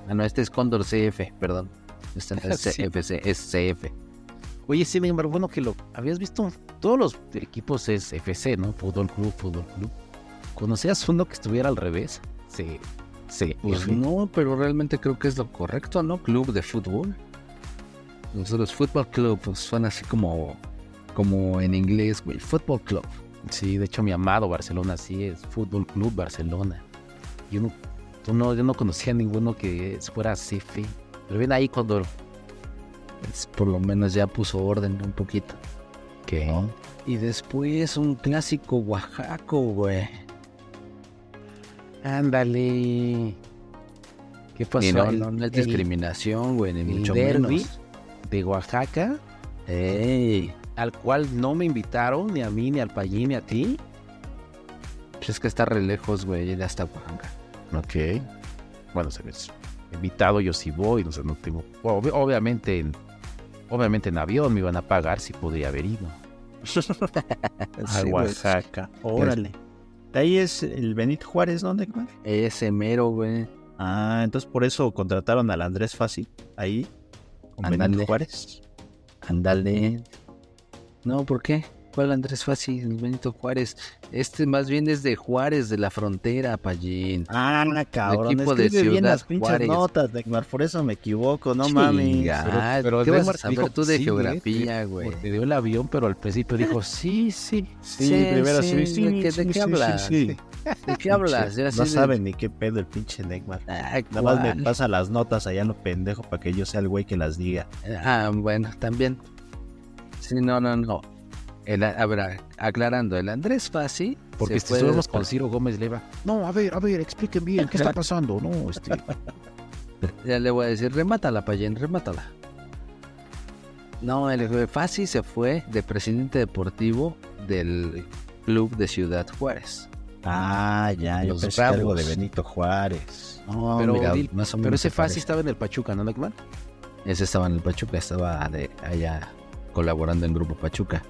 S7: Ah, no, este es Cóndor CF, perdón. Este no es
S8: Sí.
S7: CFC, es CF.
S8: Oye, sí, Neymar, bueno que lo habías visto. Todos los equipos es FC, ¿no? Fútbol club, fútbol club. ¿Conocías uno que estuviera al revés? Sí, sí.
S7: Pues
S8: F.
S7: no, pero realmente creo que es lo correcto, ¿no? Club de fútbol. Nosotros Fútbol Club pues, suena así como, como en inglés, güey. Fútbol Club.
S8: Sí, de hecho, mi amado Barcelona sí es Fútbol Club Barcelona. Yo no, tú no- yo no conocía ninguno que fuera CF. Pero ven ahí cuando.
S7: Es- por lo menos ya puso orden un poquito.
S8: ¿Qué?
S7: Y después un clásico Oaxaco, güey.
S8: Ándale. ¿Qué pasó?
S7: Y no,
S8: El-
S7: no, no es
S8: el
S7: discriminación, güey, ni mucho
S8: derbi
S7: menos.
S8: de Oaxaca,
S7: Ey,
S8: al cual no me invitaron, ni a mí, ni al Payín, ni a ti.
S7: pues es que está re lejos, güey, de hasta Oaxaca.
S8: Ok. Bueno, se ves invitado, yo sí voy, no sé, no tengo. ob- obviamente, en, obviamente en avión me iban a pagar si podría haber ido.
S3: A
S7: güey.
S3: Oaxaca. Órale. De ahí es el Benito Juárez, ¿dónde, güey?
S7: Ese mero, güey.
S3: Ah, entonces por eso contrataron al Andrés Fácil ahí con Benito
S7: Ándale.
S3: Juárez.
S7: Ándale. No, ¿por qué? ¿Cuál Andrés Fácil, Benito Juárez? Este más bien es de Juárez, de la frontera, Payín.
S3: Ah, cabrón,
S7: equipo de
S3: escribe bien
S7: Ciudad
S3: las pinches
S7: Juárez.
S3: notas, Neymar, por eso me equivoco, no mames.
S7: Chinga,
S8: pero
S7: ¿Qué vas
S8: el
S7: a
S8: Neymar
S7: saber
S8: dijo
S7: tú de
S8: sí,
S7: geografía, güey?
S8: Porque dio el avión, pero al principio dijo, sí, sí.
S3: Sí,
S7: Sí,
S3: primero
S7: sí,
S3: sí, sí,
S7: ¿de qué- de
S3: sí,
S7: qué
S3: sí,
S7: hablas?
S3: sí, sí.
S7: ¿De qué hablas? Era
S3: no
S7: así de-
S3: saben ni qué pedo el pinche Neymar.
S7: Ah,
S3: Nada más
S7: ¿cuál?
S3: me pasa las notas allá en lo pendejo para que yo sea el güey que las diga.
S7: Ah, bueno, también. Sí, no, no, no. El, a ver, a- aclarando, el Andrés Fassi.
S8: Porque
S7: se
S8: este,
S7: fue
S8: estuvimos
S7: de-
S8: con Ciro Gómez Leva. No, a ver, a ver, expliquen bien, ¿qué está pasando? No, este.
S7: Ya le voy a decir, remátala, Payén, remátala. No, el Fassi se fue de presidente deportivo del club de Ciudad Juárez.
S3: Ah, ya, yo
S8: Los
S3: pensé que algo de
S8: bravos.
S3: Benito Juárez.
S7: No,
S8: Pero,
S7: Oh, mira,
S8: Dil-
S7: más o
S8: Pero
S7: menos
S8: ese
S7: se
S8: Fasi estaba en el Pachuca, ¿no, Neymar?
S7: parece. Ese estaba en el Pachuca, estaba de allá colaborando en Grupo Pachuca,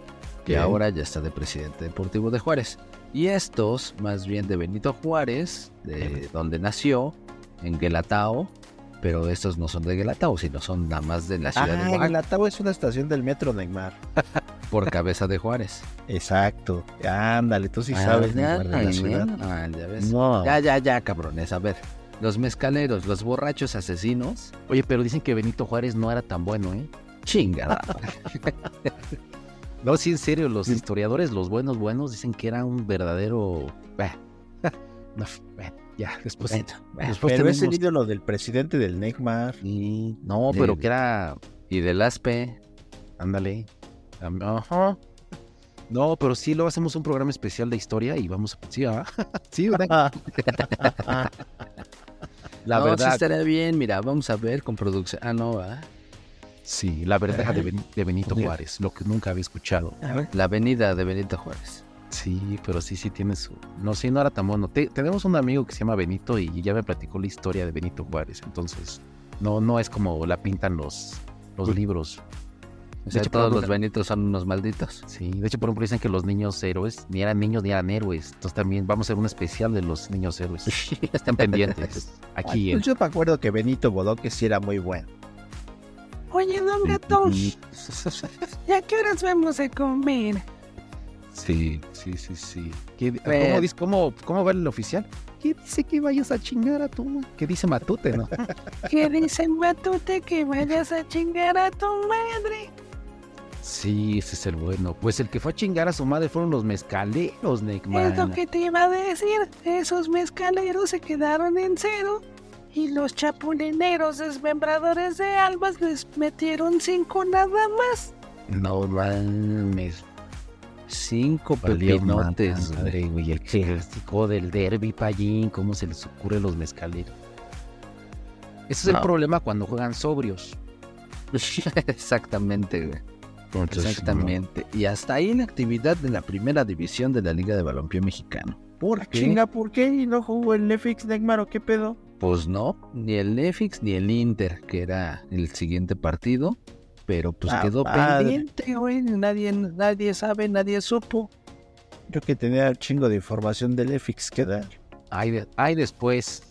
S7: que
S8: Ok.
S7: ahora ya está de presidente deportivo de Juárez. Y estos, más bien de Benito Juárez, de donde nació, en Guelatao, pero estos no son de Guelatao, sino son nada más de la ciudad de
S3: Ah,
S7: Oaxaca,
S3: Guelatao es una estación del metro Neymar.
S7: por cabeza de Juárez.
S3: Exacto. Ándale, tú sí
S7: Ah,
S3: sabes
S7: ya,
S3: Neymar, de la
S7: ay,
S3: ciudad.
S7: bueno, ah, ya ves.
S3: No. pues,
S7: Ya, ya, ya, cabrones, a ver. Los mezcaleros, los borrachos asesinos,
S8: Oye, pero dicen que Benito Juárez no era tan bueno, ¿eh?
S7: chingada.
S8: No, sí, en serio, los historiadores, los buenos, buenos, dicen que era un verdadero. Bah. No, bueno, ya, después.
S7: Bueno, bueno.
S8: después
S3: Pero es el
S8: tenemos-
S3: ídolo del presidente del Neymar.
S7: Y,
S8: No,
S7: Sí.
S8: pero que era.
S7: y del aspe,
S8: Ándale. Am- Ajá. No, pero sí, luego hacemos un programa especial de historia y vamos a. Sí, ¿verdad? Sí, ¿verdad? La
S7: no, sí
S8: verdad.
S7: estaría bien, mira, vamos a ver con producción. Ah, no, ¿verdad?
S8: Sí, la verdad de, Ben- de Benito Juárez, lo que nunca había escuchado.
S7: La avenida de Benito Juárez.
S8: Sí, pero sí, sí tiene su. No, sí, no era tan bueno. Te- tenemos un amigo que se llama Benito y ya me platicó la historia de Benito Juárez. Entonces, no, no es como la pintan los, los libros.
S7: O sea,
S8: hecho,
S7: todos
S8: por-
S7: los benitos son unos malditos.
S8: Sí, de hecho, por ejemplo, dicen que los niños héroes ni eran niños ni eran héroes. Entonces, también vamos a hacer un especial de los niños héroes. Estén pendientes. Aquí en.
S3: Pues yo me acuerdo que Benito Bodoque sí era muy bueno.
S10: Oye, don Gato, ¿ya qué horas vamos a comer?
S8: Sí, sí, sí, sí. ¿Qué di-
S7: Bueno.
S8: ¿Cómo, dice- cómo, ¿Cómo va el oficial? ¿Qué dice que vayas a chingar a tu ma- ¿Qué dice Matute, no?
S10: Que dicen batute que vayas a chingar a tu madre.
S8: Sí, ese es el bueno. Pues el que fue a chingar a su madre fueron los mezcaleros,
S10: Es lo
S8: Neckman.
S10: que te iba a decir. Esos mezcaleros se quedaron en cero. Y los chapulineros desmembradores de almas les metieron cinco nada más.
S8: No mames.
S7: Cinco
S8: Valió
S7: pepinotes. güey.
S8: madre, güey. El clásico del derby payín. ¿Cómo se les ocurre a los mezcaleros? Ese es el
S7: No.
S8: problema cuando juegan sobrios.
S7: Exactamente, güey. Exactamente. Y hasta ahí la actividad de la primera división de la Liga de Balompié Mexicano. ¿Por qué?
S3: Ah, Chinga, ¿por qué? ¿Y no jugó el FX Neymar o qué pedo?
S7: Pues no, ni el EFIX ni el Inter, que era el siguiente partido, pero pues
S3: Ah,
S7: quedó
S3: padre.
S7: pendiente, güey. Nadie, nadie sabe, nadie supo.
S3: Yo que tenía un chingo de información del FX que dar.
S8: Ay, de- ay, después.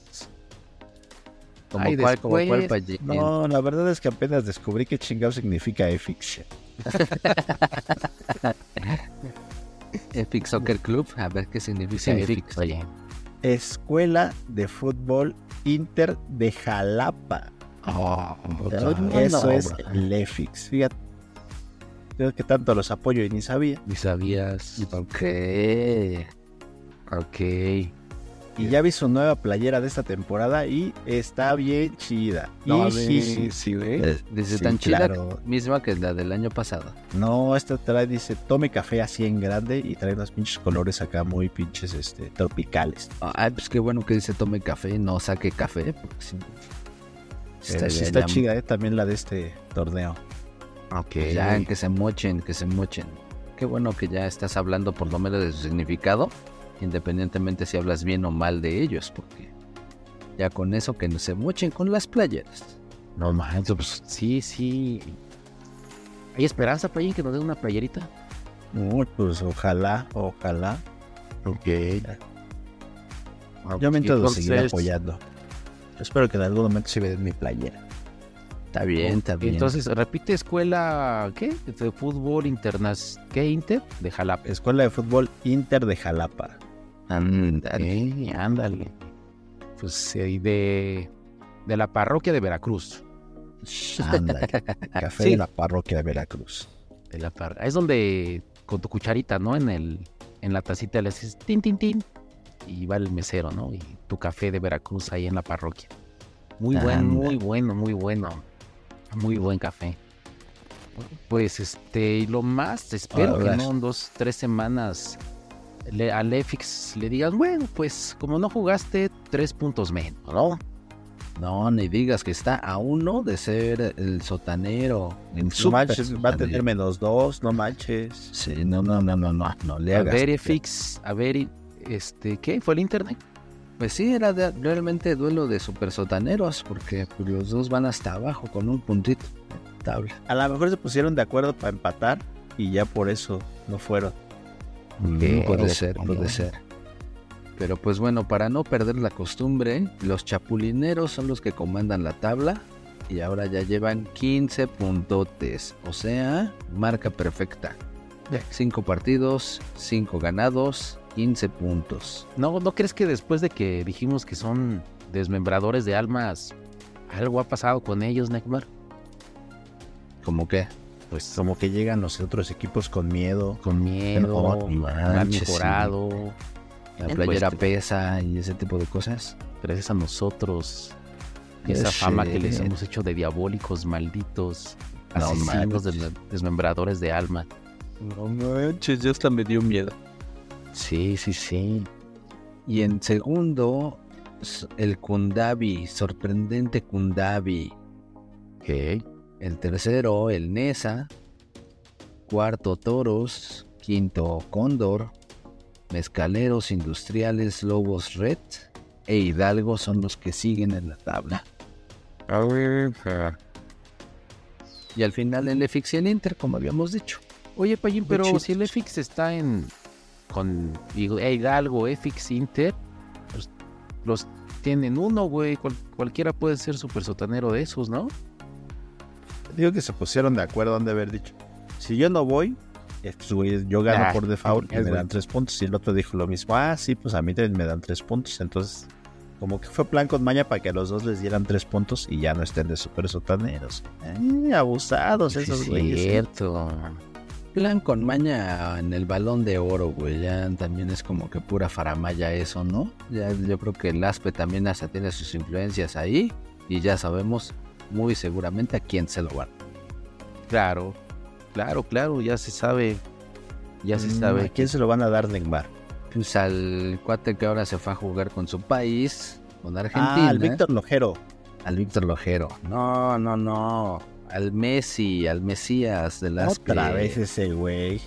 S7: Como
S8: Ay,
S7: cual, como cual
S8: después,
S7: Pallín.
S3: No, la verdad es que apenas descubrí qué chingado significa FX.
S7: EFIX Soccer Club, a ver qué significa,
S8: significa,
S7: EFIX.
S8: oye.
S3: Escuela de Fútbol Inter de Jalapa.
S8: Oh,
S3: Eso es el FX. Fíjate. Creo que tanto los apoyo y ni sabía.
S8: Ni sabías.
S7: Ok.
S8: Ok.
S3: Y ya vi su nueva playera de esta temporada y está bien chida. Y sí, sí.
S7: Eh, Dice
S3: Sí,
S7: tan chida
S3: claro.
S7: misma que la del año pasado.
S3: No, esta trae, dice, tome café así en grande y trae unos pinches colores acá muy pinches este, tropicales.
S7: Ay, pues qué bueno que dice tome café, no saque café. porque sí.
S3: Está, sí
S7: ya-
S3: está
S7: ya-
S3: chida eh, también la de este torneo.
S8: Ok.
S7: Ya, que se mochen, que se mochen. Qué bueno que ya estás hablando por lo menos de su significado, independientemente si hablas bien o mal de ellos, porque ya con eso que no se mochen con las playeras.
S8: No manches, pues sí, sí. ¿Hay esperanza, Payín, que nos den una playerita?
S3: Uy, pues ojalá, ojalá.
S8: Ok.
S3: Yo mientras lo seguiré
S8: Entonces-
S3: apoyando. Yo espero que en algún momento se vea en mi playera.
S7: Está bien, está bien.
S8: Entonces, repite escuela, ¿qué? De fútbol internas, ¿qué Inter? De Jalapa.
S3: Escuela de Fútbol Inter de Jalapa.
S7: Ándale.
S8: Eh, ándale. Pues eh, y de, de la parroquia de Veracruz.
S3: Ándale. Café
S8: Sí.
S3: de la parroquia de Veracruz.
S8: De la par- es donde con tu cucharita, ¿no? En el, en la tacita le haces tin tin tin y va el mesero, ¿no? Y tu café de Veracruz ahí en la parroquia. Muy bueno,
S7: Anda.
S8: muy bueno, muy bueno. Muy buen café. Pues este, y lo más, espero que
S3: Ahora.
S8: no en dos, tres semanas le, al EFIX le digas, bueno, pues como no jugaste, tres puntos menos, ¿no?
S7: No, ni digas que está a uno de ser el sotanero. El
S3: No
S7: super
S3: manches, va a
S7: sotanero.
S3: tener menos dos, no manches.
S7: Sí, no, no, no, no, no, no le
S8: A
S7: hagas.
S8: ver, EFIX, a ver, y- este, ¿qué? ¿Fue el internet?
S7: Pues sí, era de- realmente duelo de super sotaneros, porque pues, los dos van hasta abajo con un puntito de tabla.
S3: A lo mejor se pusieron de acuerdo para empatar y ya por eso no fueron.
S7: Mm, puede
S8: Ok,
S7: ser,
S8: ok.
S7: puede ser. Pero pues bueno, para no perder la costumbre, los chapulineros son los que comandan la tabla y ahora ya llevan 15 puntotes, o sea, marca perfecta. 5 partidos, 5 ganados, 15 puntos.
S8: ¿No, ¿No crees que después de que dijimos que son desmembradores de almas, algo ha pasado con ellos, Neymar?
S7: ¿Cómo que?
S3: Pues como que llegan los otros equipos con miedo.
S8: Con miedo,
S3: No
S8: han
S7: manches, sí.
S8: mejorado,
S3: Pues
S7: La
S8: Bien
S7: playera
S3: este.
S8: puesto.
S7: pesa y ese tipo de cosas.
S8: gracias a nosotros. y
S7: Ya
S8: Esa fama que les
S7: sé.
S8: hemos hecho de diabólicos, malditos,
S7: No
S8: asesinos,
S7: manches.
S8: desme- desmembradores de alma.
S7: No
S3: eh.
S7: manches, ya hasta me dio miedo.
S8: Sí, sí, sí.
S7: Y en segundo, s- el Kundabi, sorprendente Kundabi.
S8: Ok.
S7: El tercero, el Nesa. Cuarto, Toros. Quinto, Cóndor. Mezcaleros Industriales Lobos Red e Hidalgo son los que siguen en la tabla. Y al final el EFIX y el Inter, como habíamos dicho.
S8: Oye, Payín,
S7: Muy
S8: pero
S7: chido.
S8: si el EFIX está en. con Hid- Hidalgo, EFIX, Inter, pues, los tienen uno, güey. Cual- cualquiera puede ser super sotanero de esos, ¿no?
S3: Digo que se pusieron de acuerdo, han de haber dicho. Si yo no voy, estos güeyes, yo gano
S8: Ah,
S3: por default y
S8: es
S3: me dan
S8: bueno.
S3: tres puntos. Y el otro dijo lo mismo. Ah, sí, pues a mí también me dan tres puntos. Entonces, como que fue plan con maña para que a los dos les dieran tres puntos y ya no estén de super sotaneros. Ay, abusados
S7: pues,
S8: Sí,
S3: esos
S8: es
S3: güeyes. ¿eh?
S8: cierto.
S7: Plan con maña en el balón de oro, güey. Ya también es como que pura faramaya eso, ¿no? Ya, yo creo que el Aspe también hasta tiene sus influencias ahí. Y ya sabemos muy seguramente a quién se lo van.
S8: Claro, claro, claro, ya se sabe. Ya se
S3: Mm,
S8: sabe.
S3: ¿A quién se lo van a dar, Neymar?
S7: Pues al cuate que ahora se fue a jugar con su país, con Argentina.
S3: Ah, al Víctor Lojero.
S7: Al Víctor Lojero. No, no, no. Al Messi, al Mesías de las
S3: Otra vez ese güey.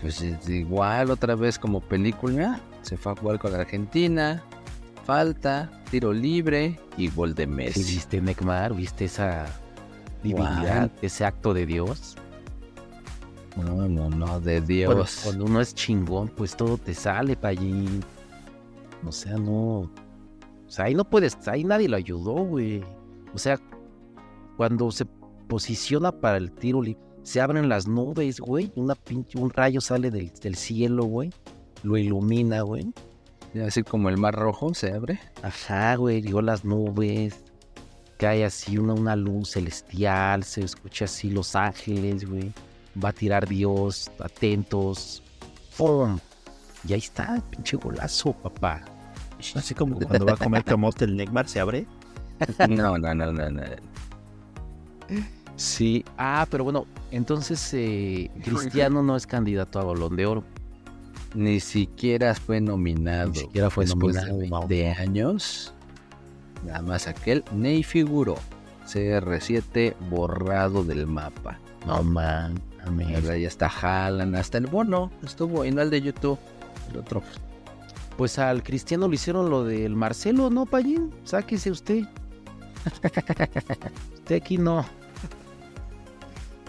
S7: Pues es igual, otra vez como película, se fue a jugar con la Argentina, falta, tiro libre y gol de
S8: Sí,
S7: Messi.
S8: ¿Viste, Necmar? ¿Viste esa divinidad, ese acto de Dios?
S7: No, no, no, de Dios.
S8: Bueno, cuando uno es chingón, pues todo te sale, Payín. O sea, no. O sea, ahí no puedes. Ahí nadie lo ayudó, güey. O sea, cuando se posiciona para el tiro libre, se abren las nubes, güey. y Una pinche, un rayo sale del, del cielo, güey. Lo ilumina, güey.
S7: Y Así como el mar rojo se abre.
S8: Ajá, güey, llegó las nubes. Cae así una, una luz celestial, se escucha así los ángeles, güey. Va a tirar Dios, atentos. ¡Fum! Y ahí está, pinche golazo, papá.
S3: Así como cuando va a comer camote el Neymar se abre.
S7: No, no, no, no, no.
S8: Sí, ah, pero bueno, entonces eh, Cristiano no es candidato a Balón de Oro.
S7: Ni siquiera fue nominado.
S8: Ni siquiera fue
S7: Después
S8: nominado,
S7: De,
S8: wow.
S7: 20 años. Nada más aquel. Ney figuró. CR7 borrado del mapa.
S8: No man,
S7: La verdad, ya está Haaland, hasta el bono estuvo y no el de YouTube. El otro.
S8: Pues al Cristiano le hicieron lo del Marcelo, ¿no, Payín? Sáquese usted. usted aquí no.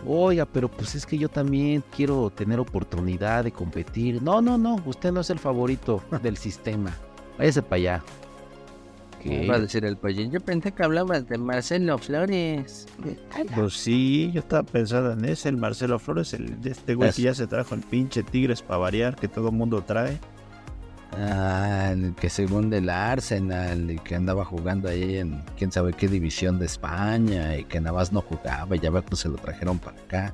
S8: Oiga, pero pues es que yo también quiero tener oportunidad de competir. No, no, no, usted no es el favorito del sistema. Váyase para allá.
S7: ¿Qué va a decir el payín? Yo pensé que hablabas de Marcelo Flores.
S3: Pues sí, yo estaba pensando en ese, el Marcelo Flores, el de este güey que ya se trajo el pinche Tigres para variar, que todo mundo trae.
S7: Ah, el que según del Arsenal y que andaba jugando ahí en quién sabe qué división de España y que nada más no jugaba y ya ver, pues se lo trajeron para acá.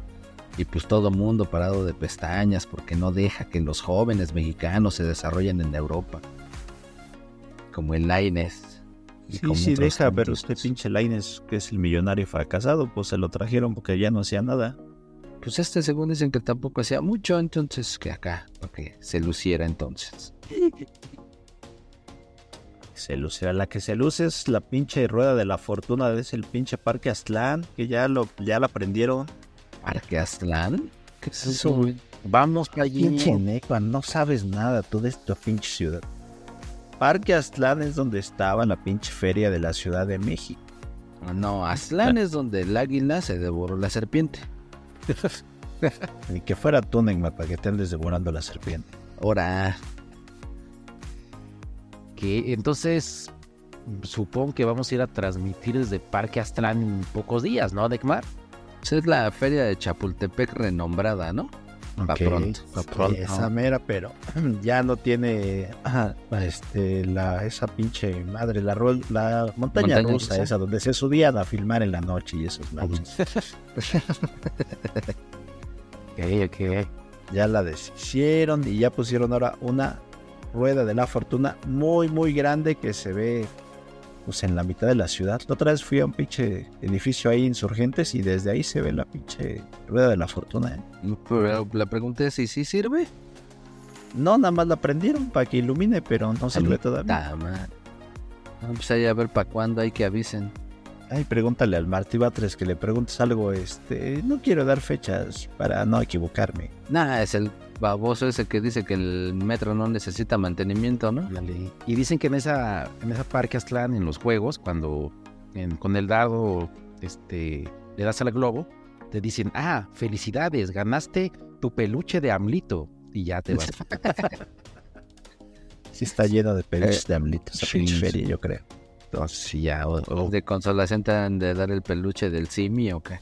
S7: Y pues todo mundo parado de pestañas porque no deja que los jóvenes mexicanos se desarrollen en Europa. Como el Lainez. y
S3: Sí,
S7: como
S3: sí,
S7: otros
S3: deja este ver
S7: tantos.
S3: usted pinche Laines, que es el millonario fracasado, pues se lo trajeron porque ya no hacía nada.
S7: Pues este según dicen que tampoco hacía mucho, entonces que acá, para que se luciera entonces.
S3: Se luce, a la que se luce es la pinche rueda de la fortuna de ese el pinche Parque Aztlán, que ya lo ya la prendieron.
S7: Parque Aztlán. ¿Qué es
S8: Vamos, Payín.
S3: Neca, no sabes nada tú de esta pinche ciudad. Parque Aztlán es donde estaba la pinche feria de la Ciudad de México.
S7: No, Aztlán es donde el águila se devoró la serpiente.
S3: Ni que fuera tú, Neymar, para que te andes devorando la serpiente.
S7: Ahora,
S8: Que entonces supongo que vamos a ir a transmitir desde Parque Aztlán en pocos días, ¿no, Dekmar?
S7: esa es la feria de Chapultepec renombrada, ¿no? Pa'
S3: Ok,
S7: pronto.
S3: sí, Esa mera, pero ya no tiene ajá, este, la, esa pinche madre, la, rol- la montaña,
S7: Montaña
S3: rusa,
S7: rusa.
S3: esa donde se subían a filmar en la noche y esos madres.
S8: Ok, ok.
S3: ya la deshicieron y ya pusieron ahora una rueda de la fortuna muy, muy grande que se ve pues, en la mitad de la ciudad. La otra vez fui a un pinche edificio ahí, insurgentes, y desde ahí se ve la pinche rueda de la fortuna. ¿eh?
S7: Pero la pregunta es si sí sirve.
S3: No, nada más la prendieron para que ilumine, pero no sirve todavía.
S7: Ta madre. No, pues ahí a ver para cuándo hay que avisen.
S3: Ay, pregúntale al Martí Batres que le preguntes algo, este, no quiero dar fechas para no equivocarme.
S7: Nah, es el baboso ese que dice que el metro no necesita mantenimiento, ¿no?
S8: Ándale. Y dicen que en esa, en esa Parque Aztlán, en los juegos, cuando en- con el dado este, le das al globo, te dicen, ah, felicidades, ganaste tu peluche de Amlito. Y ya te vas.
S3: Sí está lleno de peluches
S7: Eh,
S3: de amlitos, esa
S8: sí.
S3: pinche feria, yo creo.
S8: Entonces, y ya, o- o-
S7: De consolación te han de dar el peluche del simi o qué.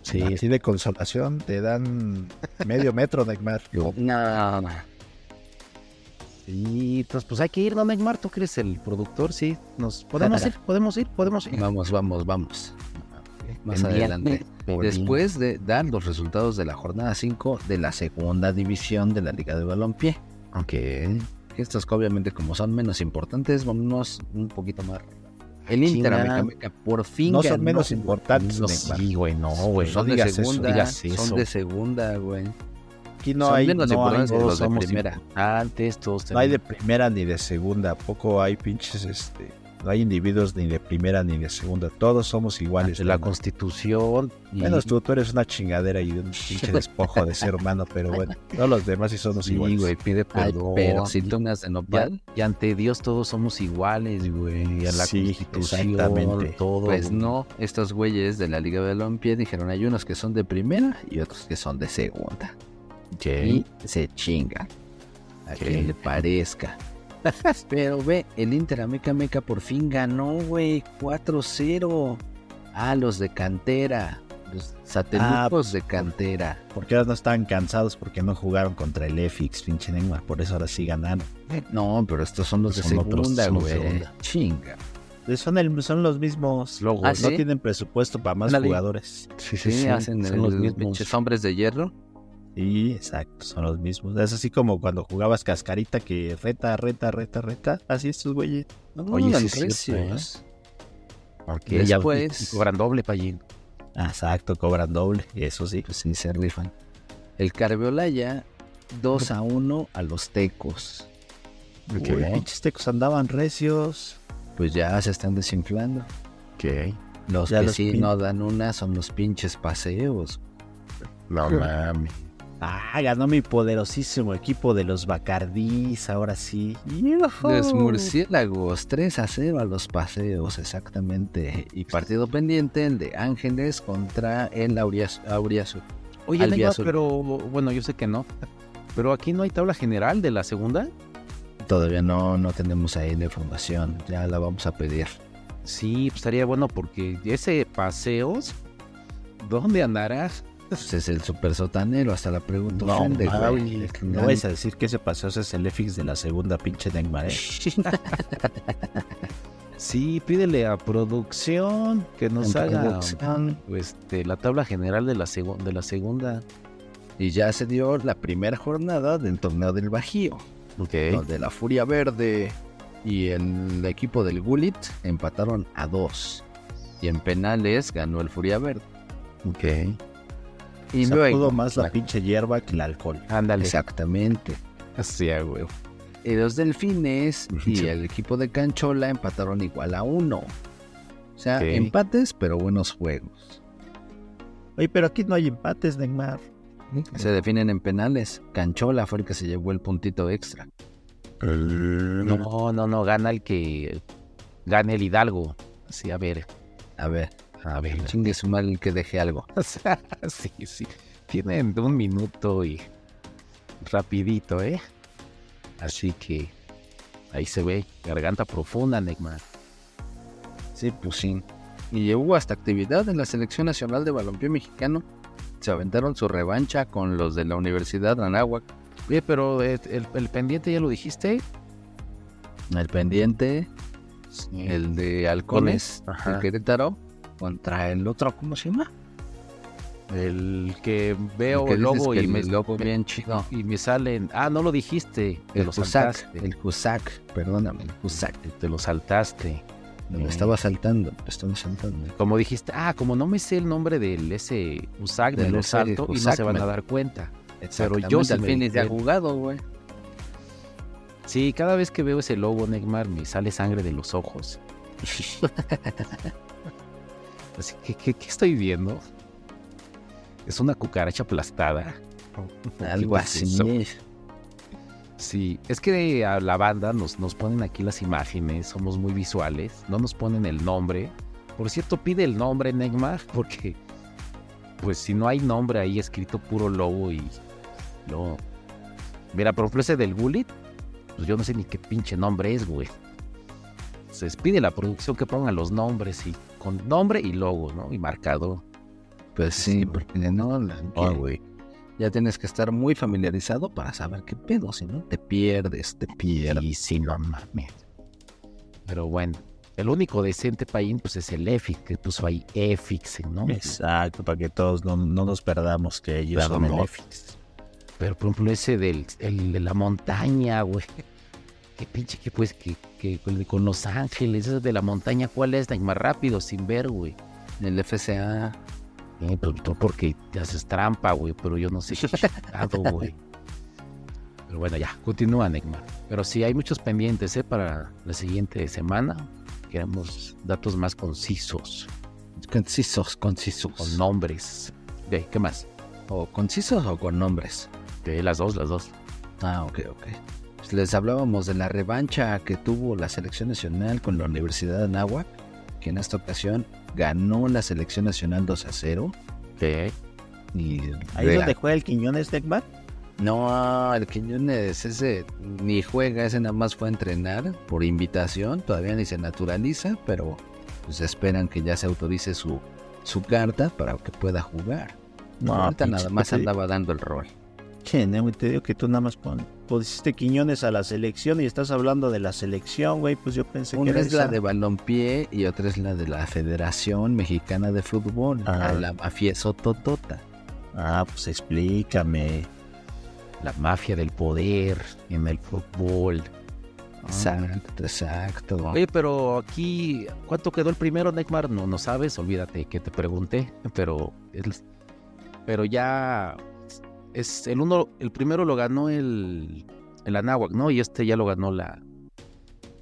S3: Sí, así de consolación te dan medio metro, Neymar.
S7: No, no.
S8: y entonces, pues hay que ir, ¿no, Neymar? ¿Tú crees el productor? Sí, nos podemos ir, podemos ir, podemos ir.
S7: Vamos, vamos, vamos. Más
S8: Pendiente.
S7: adelante.
S8: Por
S7: Después de dar los resultados de la jornada 5 de la segunda división de la Liga de Balompié. Aunque estos obviamente como son menos importantes, vámonos un poquito más. El Inter
S8: China.
S7: América por fin
S3: No son
S7: ganó.
S3: menos importantes,
S8: No,
S3: Neymar.
S8: sí, güey, no, güey.
S7: son
S3: no
S7: de
S3: digas eso,
S7: segunda,
S8: digas eso.
S7: son de segunda, güey.
S3: Aquí no
S7: son
S3: hay,
S7: menos
S3: no, hay,
S7: importantes que
S3: no
S7: los de
S3: somos
S7: primera.
S8: Antes todos
S3: No hay de
S8: tenían-
S3: primera ni de segunda. ¿A poco hay pinches, este? No hay individuos ni de primera ni de segunda. Todos somos
S7: Ah,
S3: iguales.
S8: de la
S3: Neymar.
S8: Constitución. y-
S3: Menos tú, tú eres una chingadera y un pinche despojo de ser humano, pero bueno, todos los demás sí somos
S8: Sí,
S3: iguales.
S8: güey, pide
S7: Ay,
S8: perdón.
S7: pero si tomas de
S8: Ya-
S7: nopal,
S8: y ante Dios todos somos iguales, güey. y A la
S3: Sí,
S8: constitución,
S3: exactamente.
S8: todo.
S7: pues no. Estos güeyes de la Liga de Balompié dijeron hay unos que son de primera y otros que son de segunda.
S8: Ok.
S7: y se chingan. A
S8: Ok.
S7: quien le parezca. Pero ve, el Inter Ameca Meca por fin ganó, güey. 4-0. Ah, los de cantera.
S3: Ah,
S7: Los satelucos de cantera.
S3: Porque ahora no estaban cansados porque no jugaron contra el EFIX, pinche Neymar. Por eso ahora sí ganaron.
S7: No, pero estos son los de
S3: Son otros,
S7: segunda,
S3: son de
S7: güey.
S3: segunda.
S7: Chinga.
S3: Son, el- son los mismos
S8: Logos.
S7: Ah,
S3: No
S7: ¿sí?
S3: tienen presupuesto para más
S7: Ándale.
S3: jugadores.
S7: Sí, hacen
S8: son
S7: el-
S8: los
S7: los
S8: mismos.
S7: pinches hombres de hierro.
S3: Sí, exacto, son los mismos. Es así como cuando jugabas cascarita que reta, reta, reta, reta. Así estos güeyes.
S7: No,
S8: Oye, sí
S7: eran
S8: es
S3: ¿eh?
S8: cierto,
S7: recios.
S8: Porque ya-
S7: Después-
S8: y cobran doble payín.
S3: Exacto, cobran doble, eso sí.
S7: Pues sí, se rifan. El Carveolaya 2 a 1 a los tecos.
S3: Uy, pinches tecos andaban recios.
S7: Pues ya se están desinflando.
S8: Ok.
S7: Los
S3: Ya
S7: que
S3: los
S7: sí
S3: pin-
S7: no dan una son los pinches paseos.
S8: No mames.
S3: Ah, ganó mi poderosísimo equipo de los Bacardís, ahora sí.
S7: Los murciélagos, 3 a 0 a los paseos, exactamente. Y partido pendiente, el de Ángeles contra el Auriaz- Auriazul.
S8: Oye,
S7: Al
S8: Neymar,
S7: Viazul.
S8: pero bueno, yo sé que no. Pero aquí no hay tabla general de la segunda.
S7: Todavía no, no tenemos ahí la información, ya la vamos a pedir.
S8: Sí, pues estaría bueno porque ese paseos, ¿dónde andará?
S7: Pues es el super sotanero, hasta la pregunta
S3: No,
S7: ofende, güey.
S3: mames, no
S7: Gan-
S3: vais a decir que ese paseo es el EFIX de la segunda pinche Neymar. ¿eh?
S8: Sí, pídele a producción que nos
S7: En
S8: haga
S7: producción.
S8: este, la tabla general de la, segu- de la segunda.
S7: Y ya se dio la primera jornada del torneo del Bajío.
S8: Ok.
S7: donde la Furia Verde y el equipo del Gulit empataron a dos. Y en penales ganó el Furia Verde.
S8: Ok.
S7: Y
S3: Se
S7: luego-
S3: pudo más la pinche hierba que el alcohol.
S8: Ándale.
S7: Exactamente.
S8: Sí, a huevo.
S7: Y los Delfines y el equipo de Canchola empataron igual a uno. O sea,
S8: Ok.
S7: empates, pero buenos juegos.
S3: Oye, pero aquí no hay empates, Neymar.
S7: Se definen en penales. Canchola fue el que se llevó el puntito extra.
S8: No, no, no, gana el que gane el Hidalgo. Sí, a ver,
S7: A ver,
S8: a ver.
S7: chingue su mal el que deje algo.
S8: O sea, sí, sí. Tienen un minuto y rapidito, ¿eh? Así que ahí se ve, garganta profunda, Neymar.
S7: Sí, pues sí. Y llevó hasta actividad en la Selección Nacional de Balompié Mexicano. Se aventaron su revancha con los de la Universidad Anáhuac.
S8: Oye, pero eh, el, el pendiente ya lo dijiste.
S7: El pendiente, el de Halcones,
S8: Ajá.
S7: el Querétaro, contra el otro, ¿cómo se llama?
S8: El que veo
S7: que
S8: el
S7: dices
S8: logo
S7: que
S8: y me,
S7: el logo bien chido.
S8: y me salen. Ah, no lo dijiste. Te
S7: El
S8: lo
S7: Cusac,
S8: saltaste.
S7: el Cusac, perdóname, el Cusac.
S8: Te lo saltaste.
S7: Me
S8: Mm.
S7: estaba saltando, me estaba saltando.
S8: Como dijiste, ah, como no me sé el nombre del ese USAC,
S7: Del
S8: me lo
S7: ese
S8: salto y no
S7: USAC,
S8: se van
S7: me-
S8: a dar cuenta. Pero yo sí me
S7: también
S8: dediqué.
S7: ya jugado, güey.
S8: Sí, cada vez que veo ese logo, Neymar, me sale sangre de los ojos. Así que, ¿qué, qué estoy viendo? ¿Es una cucaracha aplastada?
S7: Algo
S8: ¿Qué es
S7: así.
S8: eso? Sí, es que a la banda nos, nos ponen aquí las imágenes, somos muy visuales, no nos ponen el nombre. Por cierto, pide el nombre, Neymar, porque pues si no hay nombre ahí escrito puro lobo y no. Mira, por ejemplo, ese del Bullet, pues yo no sé ni qué pinche nombre es, güey. Se pide la producción que pongan los nombres y con nombre y logo, ¿no? Y marcado.
S7: Pues sí, porque no, la-
S8: Ah,
S7: que-
S8: güey.
S7: ya tienes que estar muy familiarizado para saber qué pedo, si no te pierdes, te pierdes.
S8: Y sí, no mames. Pero bueno, el único decente paín pues es el EFIX, que puso ahí EFIX en nombre.
S3: Exacto, para que todos no, no nos perdamos que ellos
S8: Perdón,
S3: son
S8: el
S3: los-
S8: EFIX. Pero por ejemplo ese del el de la montaña, güey. Qué pinche que pues que, que con el- con Los Ángeles, ese de la montaña, ¿cuál es? Más rápido, sin ver, güey.
S7: El FCA,
S8: Eh, pero tú porque te haces trampa, güey, pero yo no sé qué chingado, güey. Pero bueno, ya, continúa, Neymar. Pero sí, hay muchos pendientes, ¿eh? Para la siguiente semana. Queremos datos más concisos,
S7: concisos, concisos.
S8: con nombres. Ok, ¿Qué más?
S7: ¿O concisos o con nombres?
S8: De las dos, las dos.
S7: Ah, ok, ok. Pues les hablábamos de la revancha que tuvo la selección nacional con la Universidad de Anáhuac, que en esta ocasión ganó la selección nacional 2 a 0.
S8: Ok.
S7: Y
S3: Ahí es
S7: Vea,
S3: donde juega el Quiñones Neymar.
S7: No, el Quiñones ese ni juega, ese nada más fue a entrenar por invitación, todavía ni se naturaliza, pero pues esperan que ya se autorice su, su carta para que pueda jugar.
S3: No,
S7: Ahorita nada
S3: pinche,
S7: más
S3: te digo-
S7: andaba dando el rol.
S3: Che, Nemo, te digo que tú nada más pon, pusiste Quiñones a la selección y estás hablando de la selección, güey. Pues yo pensé que
S7: Una
S3: era
S7: es la
S3: esa.
S7: de balompié y otra es la de la Federación Mexicana de Fútbol,
S3: Ah.
S7: a la mafioso Totota.
S3: Ah, pues explícame.
S8: La mafia del poder en el fútbol.
S3: Ah.
S7: Exacto, exacto.
S8: Oye, pero aquí, ¿cuánto quedó el primero, Neymar? No, no sabes, olvídate que te pregunté, pero, es- pero ya es el uno, el primero lo ganó el, el Anáhuac, ¿no? Y este ya lo ganó la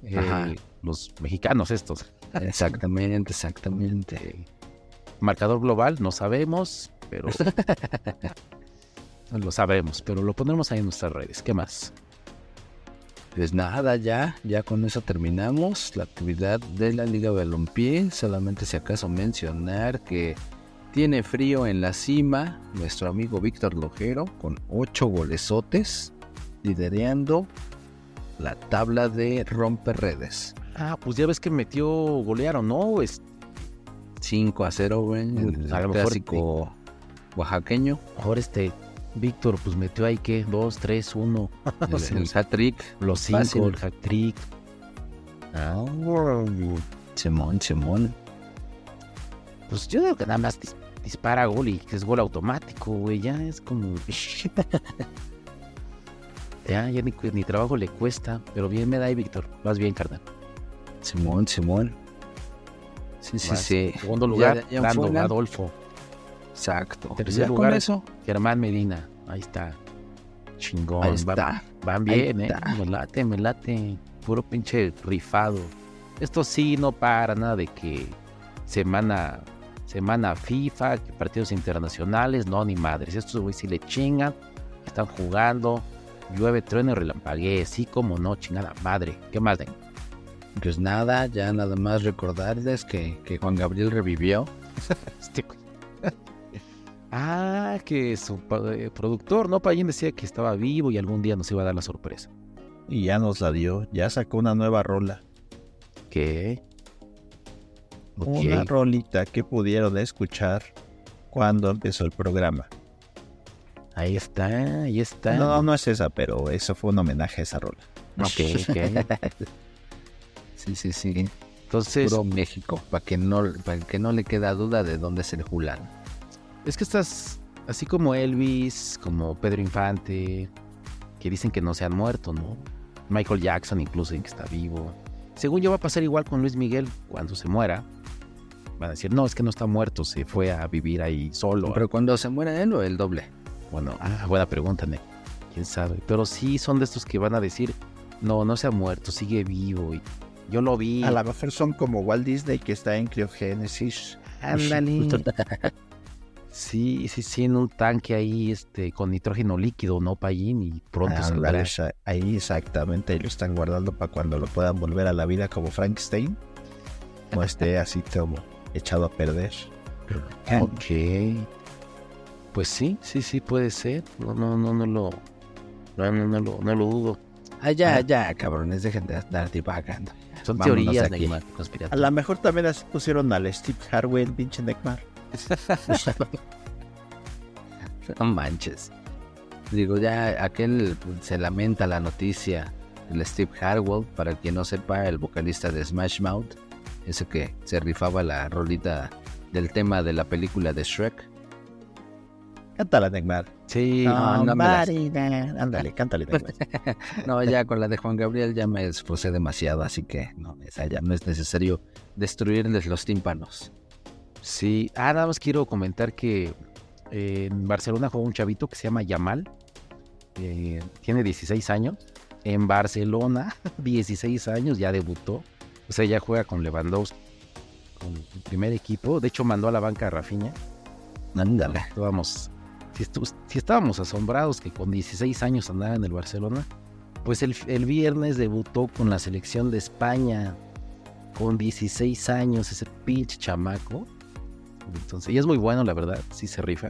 S8: eh,
S7: Ajá.
S8: los mexicanos estos.
S7: Exactamente, exactamente.
S8: Eh, marcador global, no sabemos, pero lo sabemos, pero lo pondremos ahí en nuestras redes. ¿Qué más?
S7: Pues nada, ya, ya con eso terminamos la actividad de la Liga Balompié. Solamente si acaso mencionar que tiene frío en la cima nuestro amigo Víctor Lojero con ocho golesotes, liderando la tabla de romperredes.
S8: Ah, pues ya ves que metió, golearon, ¿no? Es-
S7: 5 a 0, güey, en
S8: A
S7: el
S8: lo mejor
S7: clásico oaxaqueño.
S8: Ahora este Víctor pues metió ahí que dos, tres, uno,
S7: El, el hat-trick.
S8: los cinco,
S7: Fácil.
S8: el Ah. hat trick.
S7: Simón, Simón.
S8: Pues yo digo que nada más dis- dispara gol y que es gol automático, güey. Ya es como. ya, ya ni, cu- ni trabajo le cuesta. Pero bien me da ahí, Víctor. Vas bien, carnal.
S7: Simón, Simón. Sí, sí,
S8: Vas.
S7: sí.
S8: Segundo
S7: Ya
S8: lugar,
S7: de ahí en
S8: Brando
S7: fuera.
S8: Adolfo.
S7: Exacto.
S8: Tercer
S7: Ya con
S8: lugar,
S7: eso.
S8: Germán Medina. Ahí está. Chingón.
S7: Ahí
S8: va-
S7: está.
S8: Van
S7: Ahí
S8: bien, eh.
S7: está.
S8: Me late, me late. Puro pinche rifado. Esto sí no para nada de que semana, semana FIFA, que partidos internacionales, no, ni madres. Estos güey sí le chingan, están jugando, llueve, trueno y relampaguee, sí como no, chingada madre. ¿Qué más de?
S7: Pues nada, ya nada más recordarles que, que Juan Gabriel revivió.
S8: Este güey. Ah, que su pa- eh, productor, ¿no? Payín decía que estaba vivo y algún día nos iba a dar la sorpresa.
S3: Y ya nos la dio, ya sacó una nueva rola.
S8: ¿Qué?
S3: Una
S8: Ok.
S3: rolita que pudieron escuchar cuando empezó el programa.
S8: Ahí está, ahí está.
S3: No, no es esa, pero eso fue un homenaje a esa rola.
S8: Ok, ok.
S7: Sí, sí, sí.
S8: Entonces,
S7: Puro México, para que, no, para que no le queda duda de dónde es el Julán.
S8: es que estás así como Elvis, como Pedro Infante, que dicen que no se han muerto, ¿no? Michael Jackson incluso dicen que está vivo. Según yo va a pasar igual con Luis Miguel cuando se muera. Van a decir, no, es que no está muerto, se fue a vivir ahí solo.
S7: Pero cuando se muera él o el doble.
S8: Bueno, ah, buena pregunta, Nick. ¿Quién sabe? Pero sí son de estos que van a decir, no, no se ha muerto, sigue vivo. Y yo lo vi.
S3: A lo mejor son como Walt Disney que está en criogénesis.
S8: Ándale. sí, sí, sí, en un tanque ahí, este, con nitrógeno líquido, ¿no, Payín? Y pronto
S3: Ah,
S8: saldrá.
S3: esa- ahí exactamente, ahí lo están guardando para cuando lo puedan volver a la vida como Frankenstein. No esté así como echado a perder.
S8: Ok. Pues sí, sí, sí, puede ser. No, no, no, no lo. No, no, no lo, no lo dudo.
S7: Allá, allá, Ah, cabrones, dejen de estar divagando.
S8: Ah. Son
S7: Vámonos
S8: teorías,
S7: de aquí.
S8: Neymar,
S3: A
S8: conspirativas.
S3: lo mejor también así pusieron al Steve Harwell, pinche Neckmar.
S7: No manches. Digo, ya aquel pues, se lamenta la noticia. El Steve Harwell, para el que no sepa, el vocalista de Smash Mouth, ese que se rifaba la rolita del tema de la película de Shrek.
S3: Cántala, Neckmar.
S8: Sí,
S7: no, no me las-
S3: Somebody there. Ándale, cántale, Neckmar.
S7: No, ya con la de Juan Gabriel ya me esforcé demasiado, así que no, esa ya no es necesario destruirles los tímpanos.
S8: Sí, ah, nada más quiero comentar que eh, en Barcelona juega un chavito que se llama Yamal, eh, tiene 16 años, en Barcelona, 16 años, ya debutó, o sea, ya juega con Lewandowski, con el primer equipo, de hecho mandó a la banca a Rafinha,
S7: Ándale.
S8: estábamos, si, estu- si estábamos asombrados que con 16 años andaba en el Barcelona, pues el, el viernes debutó con la selección de España, con 16 años, ese pinche chamaco. Entonces, y es muy bueno, la verdad, sí se rifa.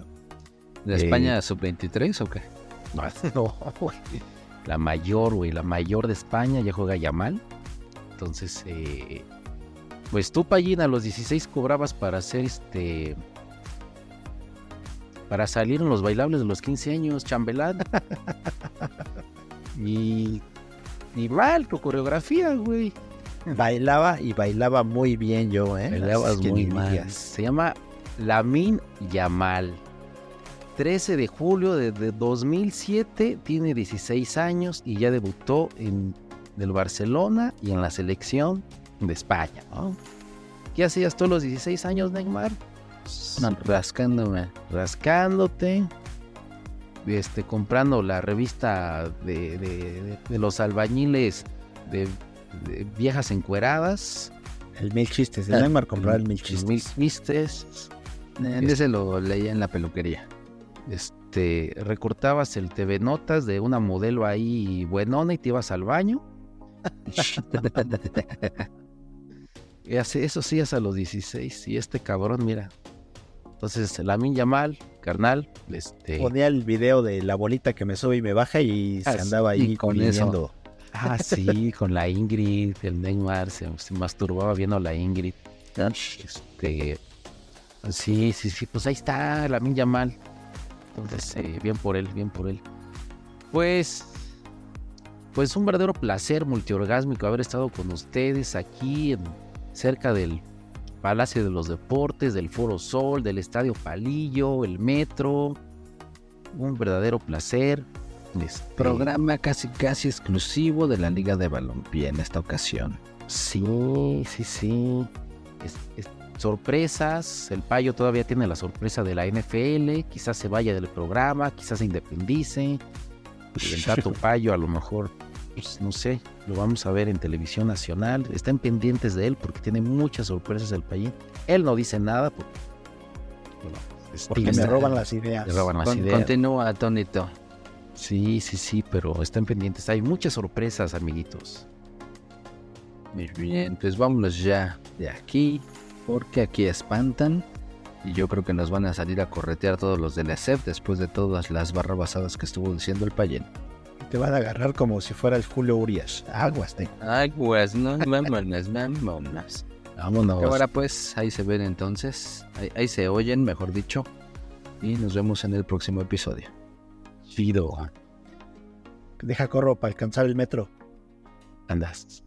S7: ¿De
S8: Eh.
S7: España sub-23 o qué?
S8: No, no, güey. La mayor, güey, la mayor de España ya juega Yamal. Entonces, eh, pues tú, Pallín, a los 16 cobrabas para hacer este. Para salir en los bailables de los 15 años, chambelán. y. Y mal, tu coreografía, güey.
S3: Bailaba y bailaba muy bien yo, ¿eh?
S8: Bailabas
S3: Así que
S8: muy
S3: ni
S8: mal.
S3: digas.
S8: Se llama Lamin Yamal. 13 de julio de, de 2007, tiene 16 años y ya debutó en el Barcelona y en la selección de España. ¿no? ¿Qué hacías tú a los 16 años, Neymar?
S7: rascándome.
S8: Rascándote, este, comprando la revista de, de- de- de los albañiles de, de viejas encueradas,
S3: El mil chistes. El Neymar compraba el mil
S8: los mil
S3: chistes. Este.
S8: tristes,
S7: Eh, Ese lo leía en la peluquería.
S8: este, recortabas el TV Notas de una modelo ahí buenona y te ibas al baño. Y hace- eso sí es a los 16 y este cabrón, mira. Entonces, Lamin Yamal, carnal, este...
S3: Ponía el video de la bolita que me sube y me baja y se
S8: Ah, sí,
S3: andaba ahí
S7: y con
S3: pidiendo.
S8: Ah, sí, con la Ingrid, el Neymar se, se masturbaba viendo a la Ingrid. Este, sí, sí, sí, pues ahí está, la Minya Mal. Entonces, eh, bien por él, bien por él. Pues, pues un verdadero placer multiorgásmico haber estado con ustedes aquí en- cerca del Palacio de los Deportes, del Foro Sol, del Estadio Palillo, el Metro. Un verdadero placer. Este,
S7: Programa casi casi exclusivo de la Liga de Balompié en esta ocasión.
S8: Sí, sí, sí. Es- es- sorpresas. El payo todavía tiene la sorpresa de la NFL. Quizás se vaya del programa, quizás se independice. Y el Tato payo a lo mejor, pues, no sé, lo vamos a ver en televisión nacional. Estén pendientes de él porque tiene muchas sorpresas el payín. Él no dice nada porque, bueno, es
S3: Porque me
S8: tímido.
S3: roban las ideas.
S8: Le roban las
S7: Con-
S8: ideas.
S7: continúa, Tonito.
S8: Sí, sí, sí, pero estén pendientes. Hay muchas sorpresas, amiguitos.
S7: Muy bien, pues vámonos ya de aquí, porque aquí espantan. Y yo creo que nos E van a salir a corretear todos los del ESEF después de todas las barrabasadas que estuvo diciendo el Payen.
S3: Te van a agarrar como si fueras Julio Urias. Aguas, te.
S7: Ay, pues, no, vámonos, vámonos.
S3: Vámonos.
S7: Ahora pues, ahí se ven entonces, ahí, ahí se oyen, mejor dicho, y nos vemos en el próximo episodio.
S8: Chido.
S3: Deja corro para alcanzar el metro.
S8: Andas.